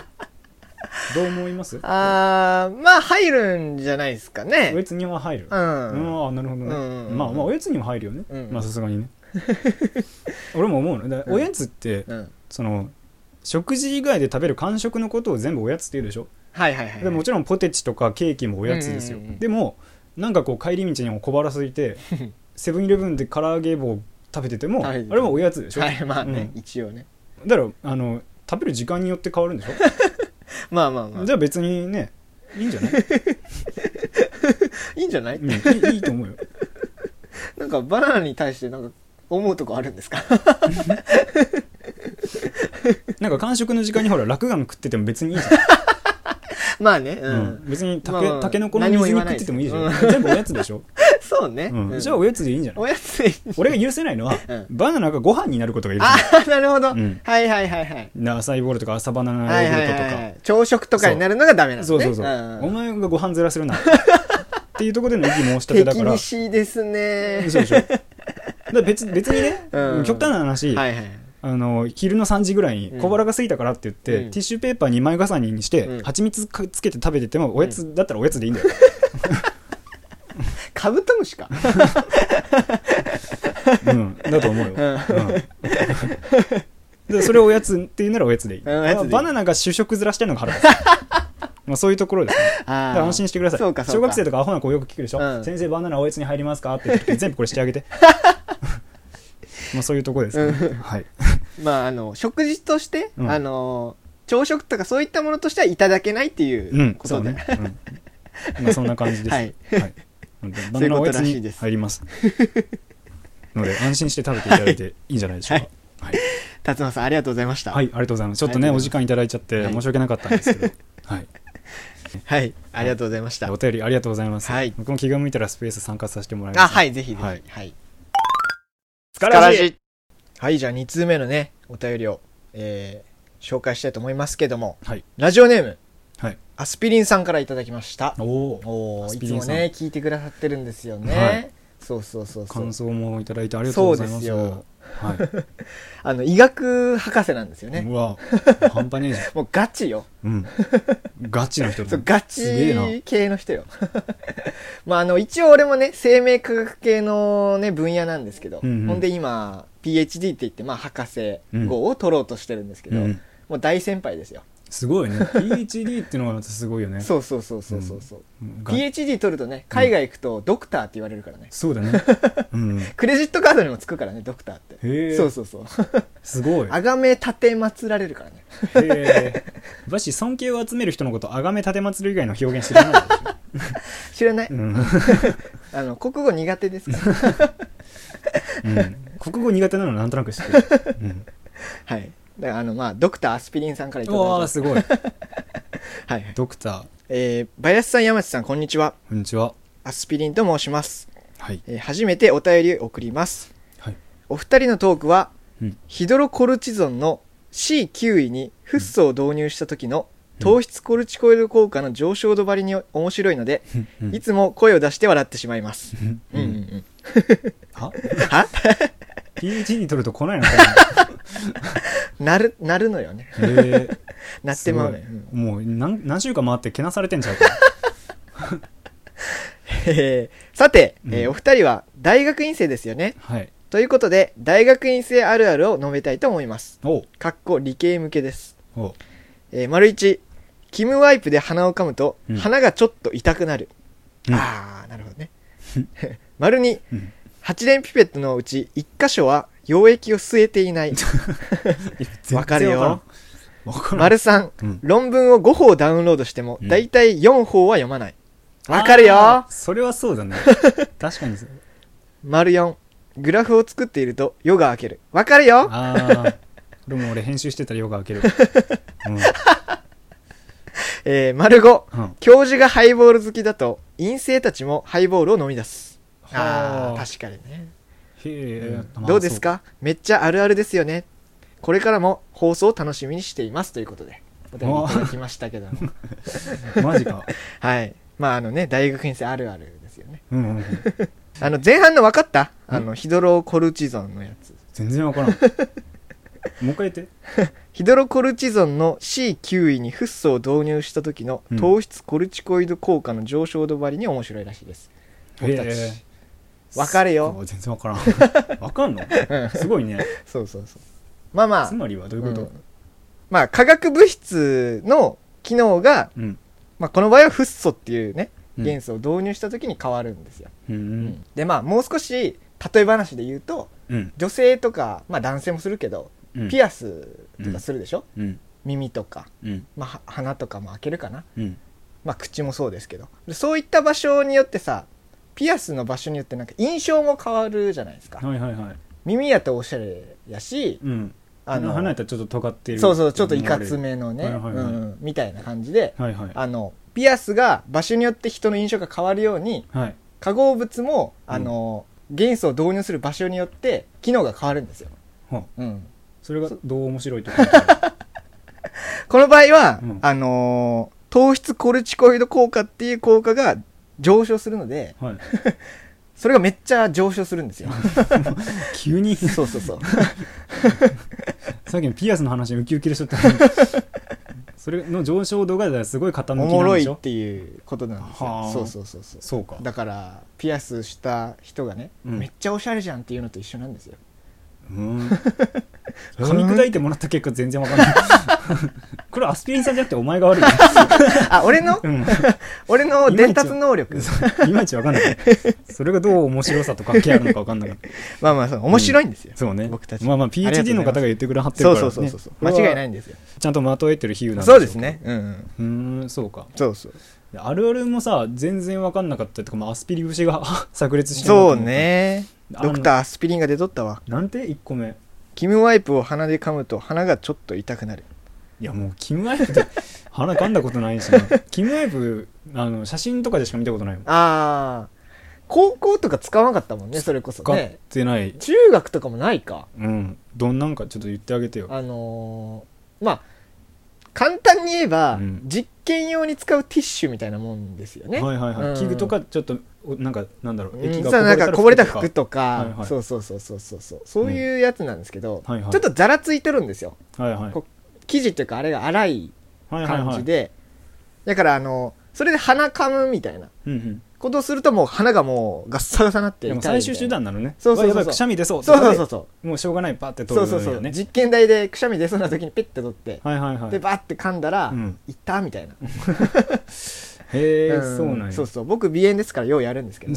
A: どう思います
B: あーまあ入るんじゃないですか
A: おや
B: ね
A: つには入る。
B: う
A: うんん、あなるほどね、
B: うん
A: まあまあおやつにも入るよね、
B: うん
A: まあさすがにね 俺も思うのだからおやつって、
B: うん
A: その食事以外で食べる間食のことを全部おやつって言うでしょ
B: はいはいはい
A: でもちろんポテチとかケーキもおやつですよ、
B: うんうんうん
A: でもなんかこう帰り道にも小腹空いて セブンイレブンで唐揚げ棒食べててもあ
B: はい
A: れもおやつでしょ、
B: はいまあね、
A: う
B: 一応ね
A: だからあの食べる時間によって変わるんで しょ
B: まあまあまあ
A: じゃあ別にねいいんじゃない、
B: いいんじゃない、
A: うんいいいいと思うよ
B: なんかバナナに対してなんか思うとこあるんですか
A: なんか間食の時間にほら落眼食ってても別にいいじ
B: まあねう
A: ゃ
B: ん、
A: ん、うん、別にたけ
B: まあまあ
A: たけのこの水
B: 何も言
A: 煮
B: わ
A: 食
B: な
A: って
B: いです
A: てもいいじゃん、
B: うん
A: 全部おやつで しょ、
B: そうね、
A: うん
B: うん
A: じゃあおやつでいいんじゃない
B: おやつでいい
A: 俺が許せないのは、
B: うん
A: バナナがご飯になることが許せ
B: あ
A: ない
B: あなるほど、
A: うん
B: はいはいはいはい
A: なアサイーボールとか朝バナナ
B: はい
A: ヨーグ
B: は
A: ル
B: い
A: トとか、
B: はいはい朝食とかになるのがダメなのね
A: そうそうそう、
B: ん
A: お前がご飯ずらする なっていうところでの異議申し立てだか
B: 敵
A: ら
B: にしですね
A: そうでしょだから別別にね、
B: うん
A: 極端な話、
B: はいはい
A: あの昼の3時ぐらいに
B: うん
A: 小腹が空いたからって言って、
B: うん
A: ティッシュペーパー2枚重ねにして、
B: うん
A: 蜂蜜かつけて食べててもおやつだったらおやつでいいんだよ、
B: カブトムシか
A: うん、だと思うよ、
B: う
A: うん
B: ん
A: でそれをおやつっていうならおやつでいい
B: うんおやつでいい
A: バナナが主食ずらしてるのが腹 立つ まあそういうところですねだから安心
B: し
A: してください
B: そうかそうか
A: 小学生とかアホな子よく聞くでしょ、
B: うん
A: 先生バナナおやつに入りますかって言 って全部これしてあげ てまあそういうところです、ねはい、
B: まああの食事として、
A: うん
B: あの朝食とかそういったものとしてはいただけないって
A: う
B: いうんこ
A: そ
B: と
A: う
B: で、
A: ね、うんまあそんな感じです
B: はい
A: はい、なのでバ
B: そうい
A: ナナ
B: うこ
A: おや
B: と
A: つ
B: らしい
A: に
B: です
A: 入りますので安心して食べていただいていいんじゃないでしょうか、はい
B: 辰野さんありがとうございました
A: はい、ありがとうございます。ちょっとね、
B: ありが
A: お
B: とうございます
A: 時間いただいちゃって、
B: はい
A: 申し訳なかったんですけ ど。はい、
B: はいありがとうございました、
A: お便りありがとうございます。
B: はい
A: 僕も気が向いたらスペース参加させてもらいます。
B: あはいぜひぜひ
A: は
B: はいい、はい、
A: 疲
B: から
A: れしい。
B: しはいじゃあ2通目のねお便りを、えー紹介したいと思いますけども
A: はい。
B: ラジオネーム、
A: はい
B: アスピリンさんからいただきました
A: おおー。
B: お
A: ア
B: お
A: ス
B: い
A: ピ
B: つ
A: リン
B: も
A: さん
B: ね聞いてくださってるんですよね、
A: はい
B: そうそうそうそう
A: 感想もいただいてありがとうございます。
B: そうですよ
A: は
B: あの医学博士なんですよ
A: い。
B: ね、
A: うわ、半端ねえじゃん。
B: もうガチよ
A: うん。ガチの人だ
B: そう
A: ね
B: ガ
A: すげえな。
B: チ系の人よ まああの一応俺もね生命科学系のね分野なんですけど、
A: うんうん
B: ほんで今 PhD って言ってまあ博士号を取ろうとしてるんですけど、
A: うん
B: もう大先輩ですよ
A: すごいね PhD っていうのがまたすごいよね
B: そうそうそうそうそうそう、
A: うんが
B: PhD 取るとね海外行くとドクターって言われるからね、
A: そうだね、うん、へ
B: クレジットカードにもつくからねドクターって
A: え
B: そうそうそう
A: すごいへ
B: あがめ立てまつられるからね
A: えバシ尊敬を集める人のことあがめ立てまつる以外の表現知らない でしょ
B: 知らない、
A: うん
B: あの国語苦手で すから
A: うん国語苦手なのなんとなく知ってる、うん、
B: はいだからあのまあドクターアスピリンさんからいただいた
A: わあすごい
B: はいはい
A: ドクター
B: えー、林さん山地さんこんにちは
A: こんにちは
B: アスピリンと申します、
A: はい
B: えー初めてお便りを送ります
A: はい
B: お二人のトークは、
A: うん
B: ヒドロコルチゾンの C9 位にフッ素を導入した時の糖質コルチコイル効果の上昇度張りに面白いので、
A: うん
B: いつも声を出して笑ってしまいます、
A: うん
B: うんうんうん、
A: は
B: は
A: PhD 取ると来ないのか
B: なるなるのよね
A: なへえ
B: なってまうのよ、うん
A: すごいもう何何週間回ってけなされてんちゃうか
B: えー さて、
A: う
B: えー
A: ん
B: お二人は大学院生ですよね
A: はい
B: ということで大学院生あるあるを述べたいと思います
A: おう
B: かっこ理系向けです、
A: おう
B: えー、丸一キムワイプで鼻をかむと、
A: うん
B: 鼻がちょっと痛くなる、
A: うん
B: ああなるほ どね丸二
A: うん
B: 八連ピペットのうち一箇所は溶液を吸えていない わかるよ
A: わからん
B: 丸三
A: うん
B: 論文を5法ダウンロードしても
A: うん
B: 大体4法は読まないわかるよ
A: あーそれはそうだね確かに そう
B: 丸四グラフを作っていると夜が明けるわかるよ
A: ああこれも俺編集してたらよく開けるうん
B: えー、丸五
A: うん
B: 教授がハイボール好きだと陰性たちもハイボールを飲み出すあ
A: は
B: ー確かにね、
A: へえ、まあ
B: どうですかめっちゃあるあるですよねこれからも放送を楽しみにしていますということでお便りいただきました けども
A: そうマジか
B: はいまああのね大学院生あるあるですよね
A: うんうん、うん、
B: あの前半の分かったあのヒドロコルチゾンのやつ
A: 全然わ からんもう一回言って
B: ヒドロコルチゾンの C9 位にフッ素を導入した時の
A: うん
B: 糖質コルチコイド効果の上昇度張りに面白いらしいです、僕たち
A: へえ
B: わかるよ
A: そう全然わから んわかんの
B: うん
A: すごい ね
B: そうそうそうまあまあ
A: つまりはどういうこ
B: う
A: と
B: んまあ化学物質の機能が、
A: うん
B: まあ、この場合はフッ素っていうね
A: うん
B: 元素を導入した時に変わるんですよ、
A: うんうん
B: でまあもう少し例え話で言うと
A: うん
B: 女性とか、まあ、男性もするけど、
A: うん
B: ピアスとかするでしょ、
A: うん
B: 耳とか、
A: うん
B: まあ、は鼻とかも開けるかな、
A: うん
B: まあ、口もそうですけどでそういった場所によってさピアスの場所によってなんか印象も変わるじゃないですか、
A: はいはいはい
B: 耳やとおしゃれやし
A: うん
B: あの
A: 離れたらちょっと尖ってる
B: そうそうちょっといかつめのね、
A: はいはいはい
B: うんみたいな感じで
A: はいはい
B: あのピアスが場所によって人の印象が変わるように
A: はい
B: 化合物もあの、元素を導入する場所によって機能が変わるんですよ、
A: はあ
B: うん
A: それがどう面白いとかは
B: この場合は、
A: うん
B: あのー糖質コルチコイド効果っていう効果が上昇するので
A: い
B: それがめっちゃ上昇する んですよ
A: 急にさ
B: そうそうそう
A: っきのピアスの話ウキウキでしょって それの上昇度がだからすごい傾き
B: お
A: なんでしょ
B: もろいっていうことなんです
A: は
B: よ
A: あ
B: そうそうそうそう
A: そうか
B: だからピアスした人がね、
A: うん
B: めっちゃおしゃれじゃんっていうのと一緒なんですよ
A: うーん噛み砕いてもらった結果全然わかんないこれアスピリンさんじゃなくてお前が悪いね
B: あ俺の
A: うん
B: 俺の伝達能力
A: いまいちわかんないそれがどう面白さと関係あるのかわかんなかった
B: まあまあそう 面白いんですよ、
A: そうね
B: 僕たち
A: まあまあ
B: りがとうござ
A: PhD
B: い
A: の
B: ます
A: 方が言ってくれはってる
B: そう
A: から、
B: そ
A: ね、
B: うそうそうそう間違いないいんですよ
A: ちゃんとまとえてる比喩なん
B: そうですね
A: う
B: うんうん
A: うーんそうか
B: そうそう
A: あるあるもさ全然わかんなかったとか、まあ、アスピリ節が 炸裂してるなと
B: そう
A: 思った
B: ね
A: あの
B: ドクターアスピリンが出とったわ
A: なんて1個目
B: キムワイプを鼻で噛むと鼻がちょっと痛くなる
A: いやもうキムワイプって鼻かんだことないしなキムワイプあの写真とかでしか見たことないもん
B: ああ高校とか使わなかったもんねそれこそ
A: 使っ
B: ね
A: てない
B: 中学とかもないか
A: うんどんなんかちょっと言ってあげてよ
B: あのーまあ簡単に言えば、
A: うん
B: 実験用に使うティッシュみたいなもんですよね
A: はいはいはい、
B: うん
A: 器具とかちょっとおなんかなんだろう、
B: うん
A: 液が
B: そうなんかこぼれた服
A: と
B: とか、
A: はいはい
B: そうそうそうそうそうそうそういうやつなんですけど、
A: はいはい
B: ちょっとざらついてるんですよ
A: かはいはい
B: こ生地っていうかあれが粗い
A: はいはい
B: 感
A: は
B: じ
A: い
B: で、だからあのそれで鼻かむみたいな
A: うんうん
B: ことをするともう鼻がもうガッサガサになっ
A: で
B: て痛い
A: も
B: みたいな
A: 最終手段なのね
B: そうそうそう
A: わやばいくしゃみ出そう
B: そうそうそう
A: とか
B: そう
A: でもうしょうがないパッて取
B: そう
A: る
B: そうそ
A: よ
B: う
A: ね
B: 実験台でくしゃみ出そうな時にピッて取って、
A: はいはいはい
B: でバッて噛んだら
A: う
B: 「
A: ん
B: いった」みたいな、
A: へえ、
B: ん
A: そうなんや
B: そうそう僕鼻炎ですからようやるんですけど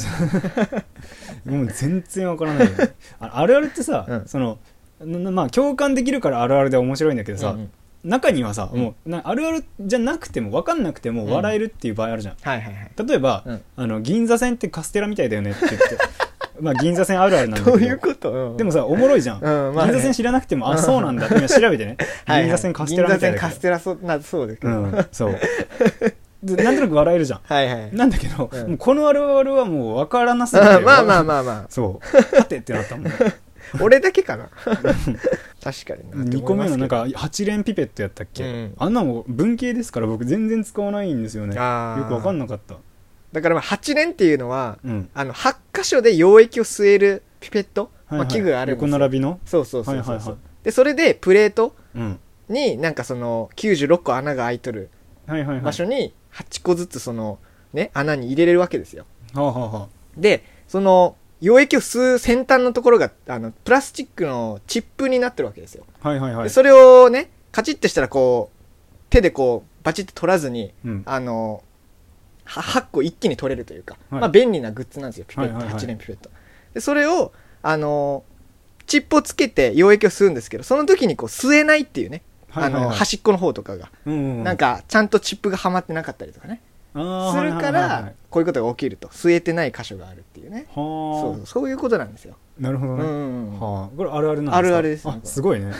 A: もう全然わからないよ ああるあるってさ、
B: うん
A: そのななまあ共感できるからあるあるで面白いんだけどさ、
B: うんうん
A: 中にはさ、
B: うん
A: もうなあるあるじゃなくても分かんなくても
B: うん
A: 笑えるっていう場合あるじゃん、
B: はいはいはい
A: 例えば、
B: うん
A: あの「銀座線ってカステラみたいだよね」って言って まあ銀座線あるあるなんだけ
B: ど
A: ど
B: ういうこと、うん
A: でもさおもろいじゃん、
B: うんまあね
A: 銀座線知らなくてもあそうなんだって今調べてね
B: はいはい
A: 銀座線カステラみたい
B: 銀座線カ
A: だ
B: ス
A: け
B: テラそうなそうですけ
A: ど
B: ど、
A: うんそうでなんとなく笑えるじゃん
B: はいはい
A: なんだけど、
B: うん
A: もうこのあるあるはもう分からなすぎて
B: あまあまあまあまあ
A: そうはてってなった もん
B: 俺だけかな 確かになって
A: 2
B: 思
A: 個
B: いま
A: 目
B: す
A: の
B: けど
A: なんか8連ピペットやったっけ、
B: うん
A: あんなもん文系ですから僕全然使わないんですよねよ
B: あ
A: く
B: ー
A: 分かんなかった
B: だからまあ8連っていうのは、
A: うん
B: あの8箇所で溶液を吸えるピペット、
A: はい
B: ま
A: は
B: あ、
A: い
B: 器具があるんで
A: 横
B: すよ
A: 並びの
B: そうそうそうそう、
A: はいはいはい
B: でそれでプレート
A: うん
B: になんかその96個穴が開いとる
A: はいはいはい
B: 場所に8個ずつそのね穴に入れれるわけですよ
A: はあ、はあは
B: でその溶液を吸う先端のところがあのプラスチックのチップになってるわけですよ、
A: あ、はいはいはい
B: でそれをねカチッてしたらこう手でこうバチッて取らずに
A: うん、
B: あのは8個一気に取れるというか、
A: はい
B: まあ、便利なグッズなんですよピペット、
A: はいはいはい
B: 8連ピペットでそれをあのチップをつけて溶液を吸うんですけどその時にこう吸えないっていうね、
A: はいはいはい
B: あの端っこの方とかが、
A: うんうんうん
B: なんかちゃんとチップがはまってなかったりとかね
A: あー
B: するか
A: はいはいはいは
B: ら
A: い
B: こういうことが起きると吸えてない箇所があるっていうねそ
A: は
B: うそういうことなんですよ、
A: あなるほど
B: うんう
A: ね、
B: んうん
A: はあ、これあるあるなんですか
B: あるあるですねこれ
A: す ごいね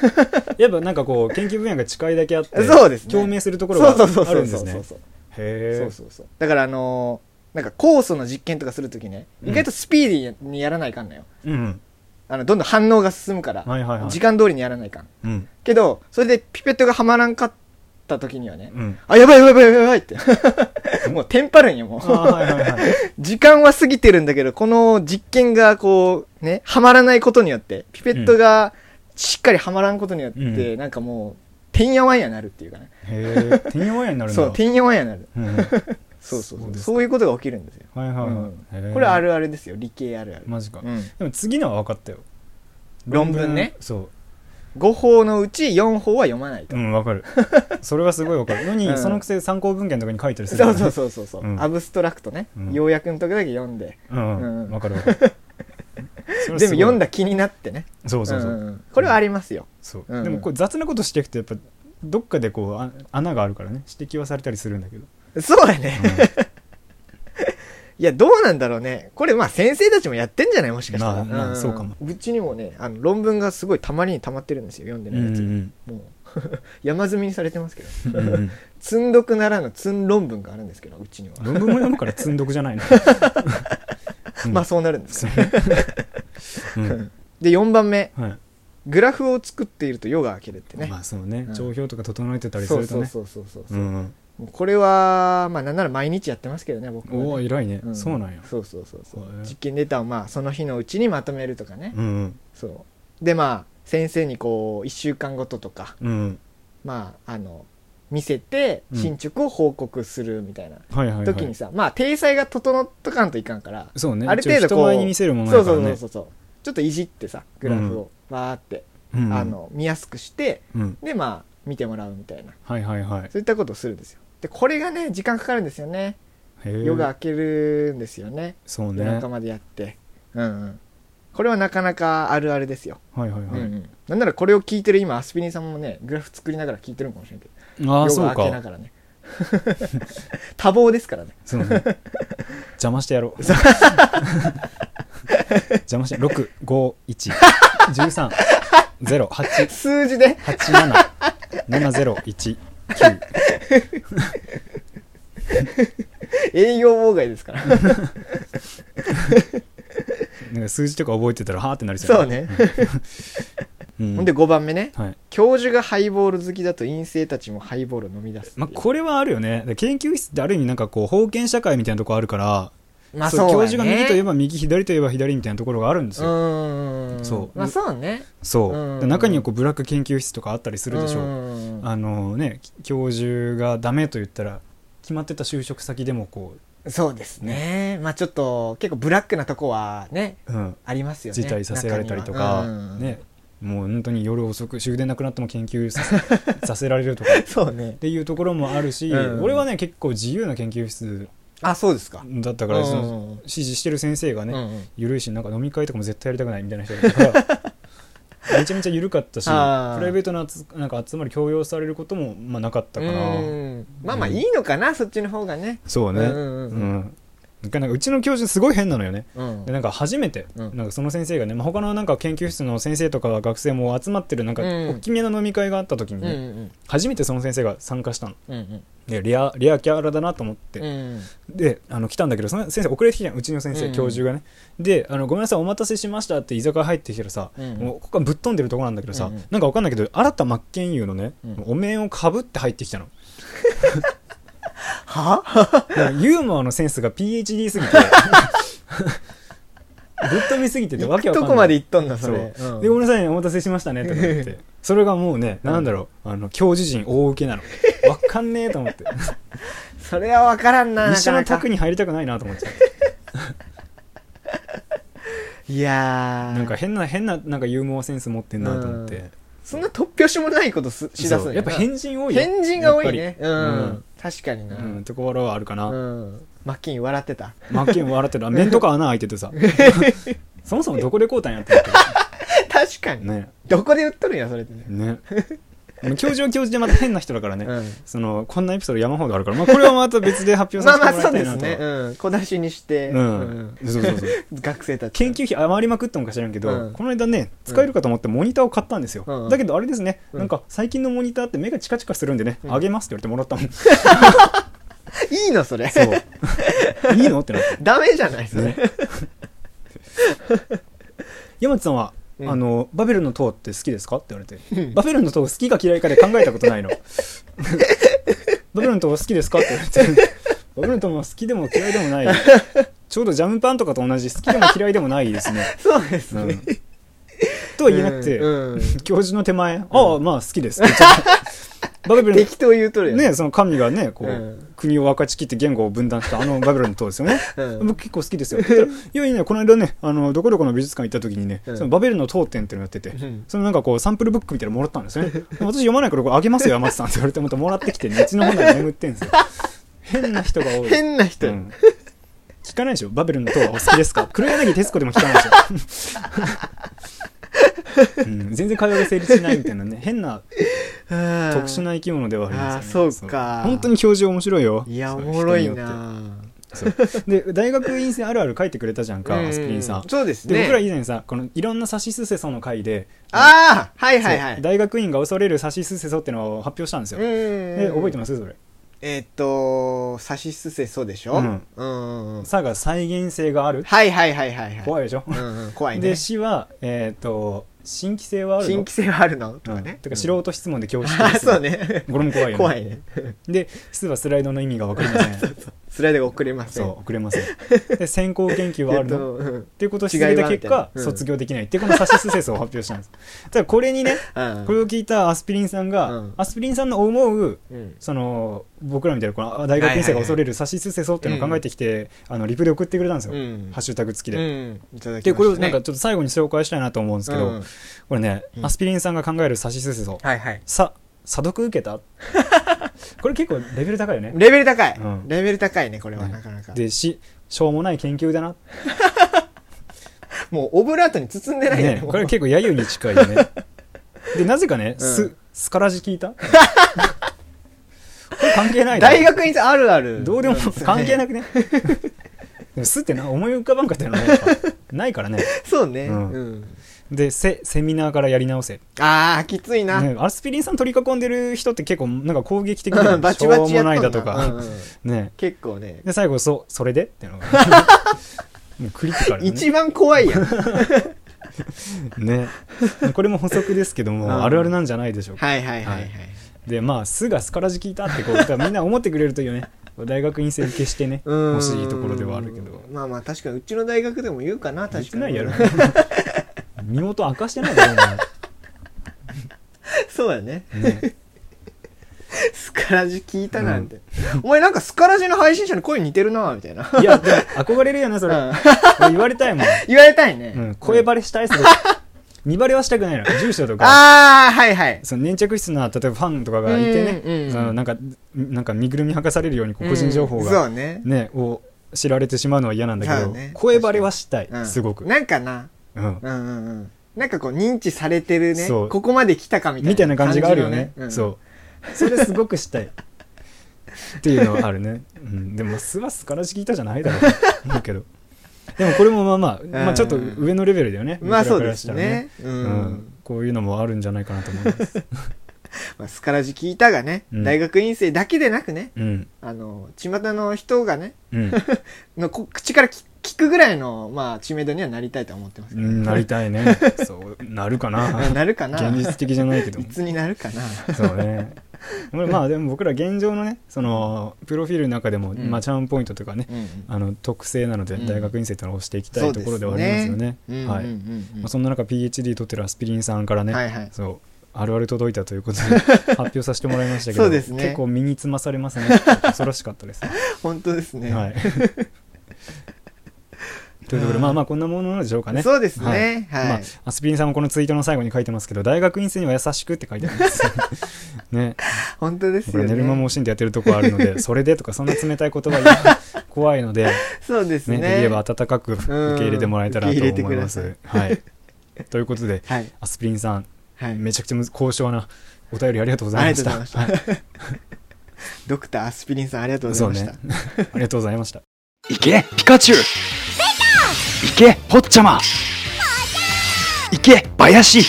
A: やっぱなんかこう研究分野が近いだけあって
B: そうですね
A: 共鳴するところ
B: そう
A: が
B: そうそう
A: あ
B: そ
A: る
B: うん
A: で
B: そ
A: す
B: う
A: ね
B: そ
A: へ
B: うそ
A: え
B: うそうそうだからあのーなんか酵素の実験とかするときね
A: うん
B: 意外とスピーディーにやらないかんのよ、
A: うんうん
B: あのどんどん反応が進むから、
A: はいはいはい
B: 時間通りにやらないかん
A: うん
B: けどそれでピペットがはまらんかった時にはね、
A: うん
B: あやばいやばいやばいやばいって もうテンパるんよも
A: あ
B: う
A: ーはいはいはい
B: 時間は過ぎてるんだけどこの実験がこうねはまらないことによってピペットがしっかりはまらんことによって、
A: う
B: なんかもうてんやわんやなるっていうかね
A: へえ、てんやわんやになるんだ。
B: そうてんやわんやなる
A: うん
B: そうそ
A: そ
B: うそうう
A: ですか
B: そういうことが起きるんですよ、
A: はいはいは
B: うん
A: いへえ。
B: これあるあるですよ理系あるある、
A: マジか。
B: う
A: で
B: ん、
A: も次のは分かったよ。
B: 論文ね。
A: そ
B: 5法のうち4法は読まないと
A: う。うん、分か る。それはすごい分かる。のに
B: う、ん
A: そのくせ参考文献とかに書いたりするか
B: そ
A: ら
B: う
A: ね。
B: そうそうそうそう、
A: うん
B: アブストラクトね、
A: うん
B: 要約の時だけ読んで
A: うん
B: う
A: うんん、分かる 分かる。それはす
B: 全
A: ご
B: 部
A: い
B: 読ん。だ気になってね
A: そうそうそ
B: ん
A: う。
B: んんこれはありますよ、
A: そう
B: うん
A: でもこれ雑なことしていくと、やっぱ、どっかでこうあ、穴があるからね。指摘はされたりするんだけど。
B: そうやね、いやどうなんだろうねこれまあ先生たちもやってんじゃないもしかしたら、
A: まあまあそうかも
B: うちにもねあの論文がすごいたまりにたまってるんですよ読んで
A: う
B: ないや
A: ん
B: つ、
A: うん
B: もう 山積みにされてますけど
A: うんうんうん
B: 積んどくならぬ積ん論文があるんですけどうちには、
A: 論文も読むから積んどくじゃないの。うん
B: まあそうなるんですよ、
A: うん
B: で4番目
A: はい。
B: グラフを作っていると夜が明けるってね、
A: まあそうね
B: うん
A: 帳票とか整えてたりす
B: そう
A: ると
B: そう
A: ね
B: そうそうそう、
A: うん
B: もうこれはまあなんなら毎日やってますけどね僕はね
A: おお偉いね
B: ん
A: そうなんや
B: そうそうそうそう
A: へえ
B: 実験データをまあその日のうちにまとめるとかね、
A: うん
B: そうでまあ先生にこう1週間ごととか
A: うん
B: まああの見せて
A: うん
B: 進捗を報告するみたいな
A: はいはいはい
B: 時にさ、まあ体裁が整っとかんといかんから、
A: そうね
B: ある程度
A: 一応人
B: こう
A: 前に見せるもの
B: そ
A: だ
B: う
A: から
B: そうそ
A: ね
B: うそうそうちょっといじってさグラフをバーって、
A: うん
B: あの見やすくして
A: うん
B: でまあ見てもらうみたいな
A: はいはいはい
B: そういったことをするんですよでこれがね時間かかるんですよね
A: へえ
B: 夜が明けるんですよね
A: そうね
B: 夜
A: はい
B: 中までやって、うんうんこれはなかなかあるあるですよ、
A: はいは
B: うん
A: い
B: うんなんならこれを聞いてる今アスピリンさんもねグラフ作りながら聞いてるのかもしれないけど
A: ああ
B: 夜
A: そ
B: が
A: う
B: 明けな
A: か
B: がらね 多忙ですからね
A: そう ね邪魔してやろう 邪魔して六五一十三ゼロ八
B: 数字で
A: 八七七ゼロ一九
B: 営業妨害ですから
A: なんか数字とか覚えてたらはあってなりそう や
B: そうね、
A: うん
B: ほんで5番目ね
A: はい
B: 教授がハイボール好きだと陰性たちもハイボールを飲み出すってい
A: まあ、
B: う
A: これはあるよねで研究室ってある意味なんかこう封建社会みたいなとこあるから、
B: まあ
A: そう
B: や
A: 教
B: ね
A: 授が右といえば右左といえば左みたいなところがあるんです
B: う
A: よ、
B: ーん
A: そう
B: まあそうね
A: そう、
B: うん
A: で中にはこうブラック研究室とかあったりするでしょう、
B: うん
A: あのねき教授がダメと言ったら決まってた就職先でもこう
B: そうですね。まあちょっと、結構ブラックなとこはね、
A: うん、
B: ありますよね。
A: 辞退させられたりとか、
B: 中にはうん
A: ね、もう本当に夜遅く終電なくなっても研究 させさせられるとかっ
B: そうね。
A: ていうところもあるし、
B: うん
A: 俺はね結構自由な研究室
B: あ、そうですか。
A: だったから、
B: うん
A: その指示してる先生がね、
B: うんうん
A: 緩いしなんか飲み会とかも絶対やりたくないみたいな人だったから めちゃめちゃ緩かったしプ
B: あー
A: ライベートなつなんか集まり強要されることも、まあ、なかったから
B: うんまあまあいいのかな、そっちの方がね。
A: そうね
B: うんうん
A: う
B: うん
A: んなんかうちの教授すごい変なのよね
B: うん
A: でなんか初めて、
B: うん
A: なんかその先生がね、まあ、他のなんか研究室の先生とか学生も集まってるなんか
B: うん
A: 大きめの飲み会があった時に
B: うんう
A: ね、
B: ん
A: 初めてその先生が参加したの
B: うんうん
A: でレアレアキャラだなと思って、
B: うん
A: であの来たんだけどその先生遅れてきたのうちの先生、
B: うん
A: 教授がねであの「ごめんなさいお待たせしました」って居酒屋入ってきたらさ、
B: うん
A: もうここはぶっ飛んでるとこなんだけどさ、
B: うんうん
A: なんかわかんないけど新田真剣佑のね、
B: うん
A: お面をかぶって入ってきたの
B: は
A: だからユーモアのセンスが PhD すぎ てぶっ飛びすぎててわけわかん
B: ど
A: ない
B: こまで行ったんだ、そ
A: そう
B: れ。うん
A: でごめんなさいねお待たせしましたねとか 言ってそれがもうねなんだろうあの教授陣大受けな のわかんねえと思って
B: それは分からんな、な
A: 一緒
B: かな
A: の
B: か
A: 卓。に入りたくないなと思っちゃう
B: いやー
A: なんか変な変ななんかユーモアセンス持ってんなと思っ
B: うん
A: て
B: そんな突拍子もないことすしだす
A: そ
B: ん
A: う
B: だ
A: や
B: よ
A: っ
B: な
A: ぱ変人多いよ
B: 変人が多い
A: やっ
B: ね。
A: ぱり
B: うん。確かにな。
A: うんうんところはあるか
B: う。
A: なん
B: マッキン笑ってた。
A: 真剣笑ってるあ面とか穴開いててさそもそもどこで買うたんやって思って
B: 確かに。
A: ね
B: どこで売っとるんや、それってね。
A: ね 教授は教授でまた変な人だからね、
B: うん
A: そのこんなエピソード山ほどあるから、まあ、これはまた別で発表
B: ま
A: さ
B: あ
A: せても
B: ま
A: ら
B: あ
A: いたいうな
B: そです
A: と
B: ね。うん。小出しにして、
A: うん、そうそうそう
B: うん学生たち。
A: 研究費余りまくってもか知らんけど、
B: うん
A: この間ね使えるかと思ってモニターを買ったんですよ、
B: うん
A: だけどあれですね、
B: うん
A: なんか最近のモニターって目がチカチカするんでね、
B: うん
A: あげますって言われてもらったもん
B: いいの、それ。
A: そう いいのってなって
B: ダメじゃない、それ。
A: ね 山地さんは、
B: うん
A: あの「バベルの塔って好きですか?」って言われて「
B: うん
A: バベルの塔好きか嫌いかで考えたことないの」 「バベルの塔好きですか?」って言われて「バベルの塔も好きでも嫌いでもない」ちょうどジャムパンとかと同じ好きでも嫌いでもないですね、
B: そうです
A: う
B: ね。
A: ん、とは言えなくて、
B: うんうん
A: 教授の手前、ああ、まあ好きです。バベル
B: 適当言うとる
A: の、
B: やん。
A: ね、その神がね、こう、
B: うん
A: 国を分かち切って言語を分断したあのバベルの塔ですよね。
B: うん
A: 僕結構好きですよ。って言ったらいやいや、この間ね、あの、どこどこの美術館行った時にね、
B: うん
A: そのバベルの塔展っていうのやってて、
B: ん
A: そのなんかこう、サンプルブックみたいなのもらったんですよね。で私読まないからこれあげますよ、山内さんって言われて、またもらってきて、ね、うちの本棚に眠ってんですよ。変な人が多い。
B: 変な人
A: う
B: や。
A: ん聞かないでしょバベルの塔はお好きですか黒柳徹子でも聞かないでしょ、うん、全然会話が成立しないみたいなね変な
B: 特
A: 特殊な生き物ではあります
B: あ
A: よ
B: ー
A: ね
B: そうか
A: 本当に教授面白いよ
B: いや、
A: そ
B: お
A: う
B: もろい
A: 人によっ
B: な
A: てそうで大学院生あるある書いてくれたじゃんか
B: うん
A: アスピリンさん
B: そうです
A: で
B: ね。
A: 僕ら以前さこのいろんな「さしすせそ」の回で
B: ああはいはいは
A: そ。
B: いう
A: 大学院が恐れる「さしすせそ」ってのを発表したんですよ
B: うん
A: え覚えて
B: ます
A: ますそれ
B: えーっと、さしすせそでしょ
A: うん
B: うんう
A: 「
B: ん
A: さ」が再現性がある
B: はいはいはいはいはい。
A: 怖いでしょ
B: うんうん怖いね
A: で。死は、えっ、と、新規性はあるの
B: 新規性はあるのと
A: う
B: か
A: ん
B: ね。
A: てか素人質問で恐縮
B: あ、
A: です。
B: そうね。
A: これも怖いよね。
B: 怖いね。
A: で、質はスライドの意味がわかりませ ん。
B: スライドが遅れません。
A: そう、遅れません。で、先行研究
B: え
A: はあ
B: ーっ
A: るのっ
B: とうん
A: ていうことを知った結
B: 違いはみたい
A: 果
B: な、うん
A: 卒業できないっていうこのサシスセスを発表したんです。ただこれにね、
B: うん
A: これを聞いたアスピリンさんが、
B: うん
A: アスピリンさんの思う、
B: うん
A: その僕らみたいなこのあ大学院生が恐れるサシスセソっていうのを考えてきて、あのリプで送ってくれたんですよ、
B: うん
A: ハッシュタグ付き
B: う
A: で。
B: ん。いただき
A: で
B: ま
A: これを
B: した
A: なん
B: ね
A: かちょっと最後に紹介したいなと思うんですけど、
B: うん
A: これね、
B: うん
A: アスピリンさんが考えるサシスセソ、
B: はいはい。
A: さ査読受け たこれ結構レベル高いよね
B: レベル高い
A: うん。
B: レベル高いね、これはなかなか。
A: でししょうもない研究だ な、
B: もうオブラートに包んでないよね
A: ね、
B: もう。
A: これ結構揶揄に近いよねでなぜかね、
B: うん
A: すすからじ聞いた これ関係ないな
B: 大学院生あるある。
A: どうでも関係な
B: く
A: く ねでもすってな思い浮かばんかったよねやっぱないからね
B: そうね。
A: うん
B: うん。
A: でせセミナーからやり直せ、
B: ああ、きついな。
A: ね、アスピリンさん取り囲んでる人って結構なんか攻撃的
B: う
A: なん
B: バチバチ
A: しょ
B: や
A: うも
B: っ
A: ない
B: と
A: だ
B: ん
A: とか、
B: うんうん
A: ね
B: 結構ね。
A: で最後そそれでって いうのがもうクリティカル、ね、
B: 一番怖いやん。はい
A: ねこれも補足ですけども、
B: うん
A: あるあるなんじゃないでしょうか、
B: はいはいは
A: はい
B: い。
A: でまあ「す」が「すからじ聞いた」ってこう多分みんな思ってくれるといいよね大学院生に決してね
B: うん
A: 欲しいところではあるけど
B: まあまあ確かにうちの大学でも言うか
A: 言
B: な、
A: っ
B: 確
A: て
B: か
A: ない
B: に。
A: やろ 身元明かしてないだろ
B: そうやね。
A: お前ね
B: スカラジ聞いたなんて。お前なんかスカラジの配信者の声似てるなみたいな。
A: いや、でも憧れるよな、それ。
B: うん
A: 俺言われたいもん。
B: 言われたいね。
A: うん、声バレしたいっす。見バレはしたくないの。住所とか、
B: ああ、はいはい。
A: その粘着質な、例えばファンとかがいて
B: うんう
A: ね、
B: ん
A: そのなんか、なんか身ぐるみ剥がされるようにこう個人情報
B: うん
A: が、
B: そうね。
A: ね、を知られてしまうのは嫌なんだけ
B: そ
A: ど
B: うね、
A: 声バレはしたい
B: うん、
A: すごく。
B: なんかな。
A: うん。
B: うんうんうん。なんかこう認知されてるね。
A: そ
B: こ
A: う
B: こまで来たかみたいな。
A: みたいな感じがあるよね。
B: う
A: そう。 それすごくしたい。っていうのはあるね。うん、でも、すはすからし聞いたじゃないだろ う。だけど。でもこれもまあまあ、まあちょっと上のレベルだよね。
B: ん。まあ
A: 僕
B: そ
A: ら
B: う
A: から
B: で
A: し
B: す
A: たら
B: ね。う
A: うんん。、こういうのもあるんじゃないかなと思います。
B: まあ、スカラジ聞いたがね、
A: うん
B: 大学院生だけでなくね、
A: うん。
B: あの、巷の人がね、
A: うん。
B: のこ口から聞聞くぐらいの、まあ、知名度にはなりたいとは思ってます
A: う
B: けどね
A: んなりたいね。そう、なるかな。
B: うんなるかな
A: 現実的じゃないけど
B: い。つになる かな。
A: そうね。まあまあでも僕ら現状のね、その、プロフィールの中でも、
B: ん
A: まあチャームポイントとかね、
B: うん
A: あの特性なので
B: うん
A: 大学院生ってのを押していきたいところではありますよね。
B: うんうんうん
A: はい。まあそんな中 PhD 取ってるアスピリンさんからね、
B: はいはい
A: そうあるある届いたということ で発表させてもらいましたけど、
B: そうですね
A: 結構身につまされます ね。恐ろしかったです。
B: 本当ですね。
A: はい。 というところでまあまあこんなものでしょうかね。
B: そうですね。はい。
A: まあ、アスピリンさんもこのツイートの最後に書いてますけど大学院生には優しくって書いてあります ね
B: 本当です
A: 僕
B: よ
A: ら
B: ね。
A: 寝る間も惜しんでやってるとこあるのでそれでとかそんな冷たい言葉が怖いので
B: そうですね。
A: ね、できれば温かく受け入れてもらえたら
B: うん
A: と
B: 受け入れて
A: 思い
B: く
A: ま
B: ださい
A: す。はい、ということで、
B: はい。
A: アスピリンさん、
B: はい。
A: めちゃくちゃむず高尚なお便りありがとうございました。
B: ありがとうございまドクターアスピリンさんありがとうござ
A: そ
B: いうました。
A: ね。ありがとうございました。
C: いけピカチュウいけポッチャマいけバヤシ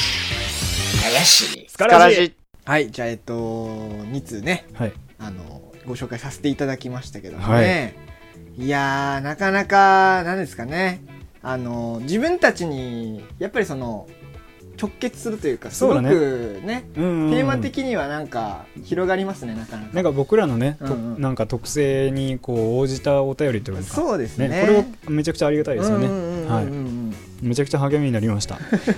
A: ス
B: ス
A: カ
B: カラ
A: ラ
B: ジ
A: ジ
B: はい、じゃあ、えっと、2通ね、
A: はい。
B: あの、ご紹介させていただきましたけども
A: はい
B: ね。い、やー、なかなか、なんですかね。あの、自分たちに、やっぱりその、直結するというか、す
A: そう
B: ご
A: だね
B: くね、
A: うんうんうん
B: テーマ的にはなんか、広がりますね、なかなか。
A: なんか僕らのね、と
B: うんうん
A: なんか特性にこう応じたお便りというか。
B: そうですね。
A: ね、これをめちゃくちゃありがたいですよね、
B: うんうんうんうん
A: はい、めちゃくちゃ励みになりました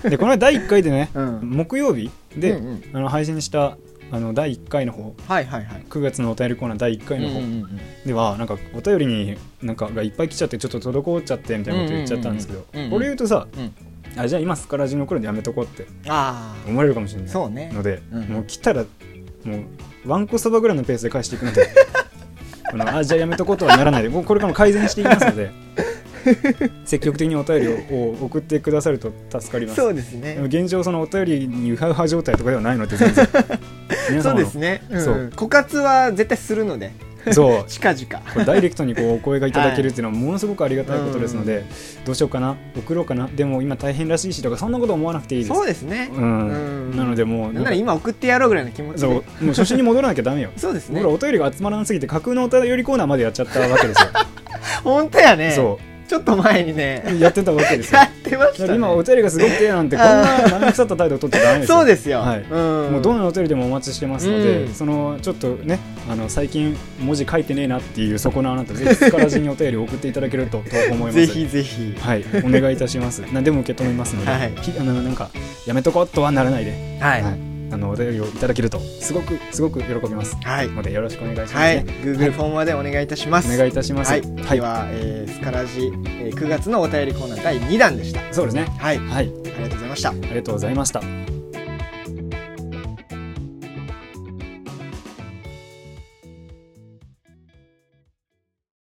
A: でこの間第1回でね、
B: うん
A: 木曜日で、
B: うんうん
A: あの配信したあの第1回の方
B: はいはいはい。
A: 9月のお便りコーナー第1回の方、
B: うんうんうん
A: ではなんかお便りになんかがいっぱい来ちゃってちょっと滞っちゃってみたいなこと言っちゃったんですけど
B: うんうんうんうん
A: これ言うとさ、
B: うん
A: あじゃあ今スカラジの頃でやめとこうって
B: あ
A: 思われるかもしれ
B: あ、
A: ない
B: そうね。
A: ので、
B: うん
A: もう来たらもうわんこそばぐらいのペースで返していくのであのあじゃあやめとこうとはならないでもうこれからも改善していきますので積極的にお便りをを送ってくださると助かります
B: そうです
A: でも
B: ね。
A: 現状そのお便りにウハウハ状態とかではないので全然皆
B: そ
A: 様
B: う
A: の
B: ですね。うん
A: そう
B: 枯渇は絶対するので、
A: そう
B: 近々。
A: これダイレクトにこうお声がいただけるっていうのはものすごくありがたいことですので、どうしようかな送ろうかなでも今大変らしいしとかそんなこと思わなくていいです
B: そうですね。
A: うん
B: うん
A: なのでもう
B: なんなら今送ってやろうぐらいの気持ちで。
A: そうもう初心に戻らなきゃダメよ
B: そうです ね
A: 僕ら。お便りが集まらなすぎて架空のお便りコーナーまでやっちゃったわけ ですよ
B: 本当やね。
A: そ
B: ちょっと前にね、
A: うやってたわけですよ
B: やってま
A: だ
B: し
A: か
B: た
A: ら今お
B: ね。
A: 便りがすごくて なんてこんな生腐った態度を取っちゃダメですよ
B: そうですよ。
A: はい
B: うん。
A: もうどんなお便りでもお待ちしてますので、
B: うん
A: そのちょっとねあの最近文字書いてねえなっていうそこのあなたぜひスカラジにお便りを送っていただけるとと思います
B: ぜひぜひ。
A: はいお願いいたし ます何でも受け止めますので、
B: はい
A: きあのなんかやめとこうとはならないで、
B: はい。
A: は
B: はいい。
A: あのお便りをいただけるとすごくすごく喜びます
B: はい。
A: のでよろしくお願いしますね、
B: Google フォームまでお願いいたします。
A: お願いいたします
B: はい。では、えースカラジ、えー9月のお便りコーナー第2弾でした。
A: そうですね
B: はい。あ
A: はい
B: りがとうございました。
A: ありがとうございました。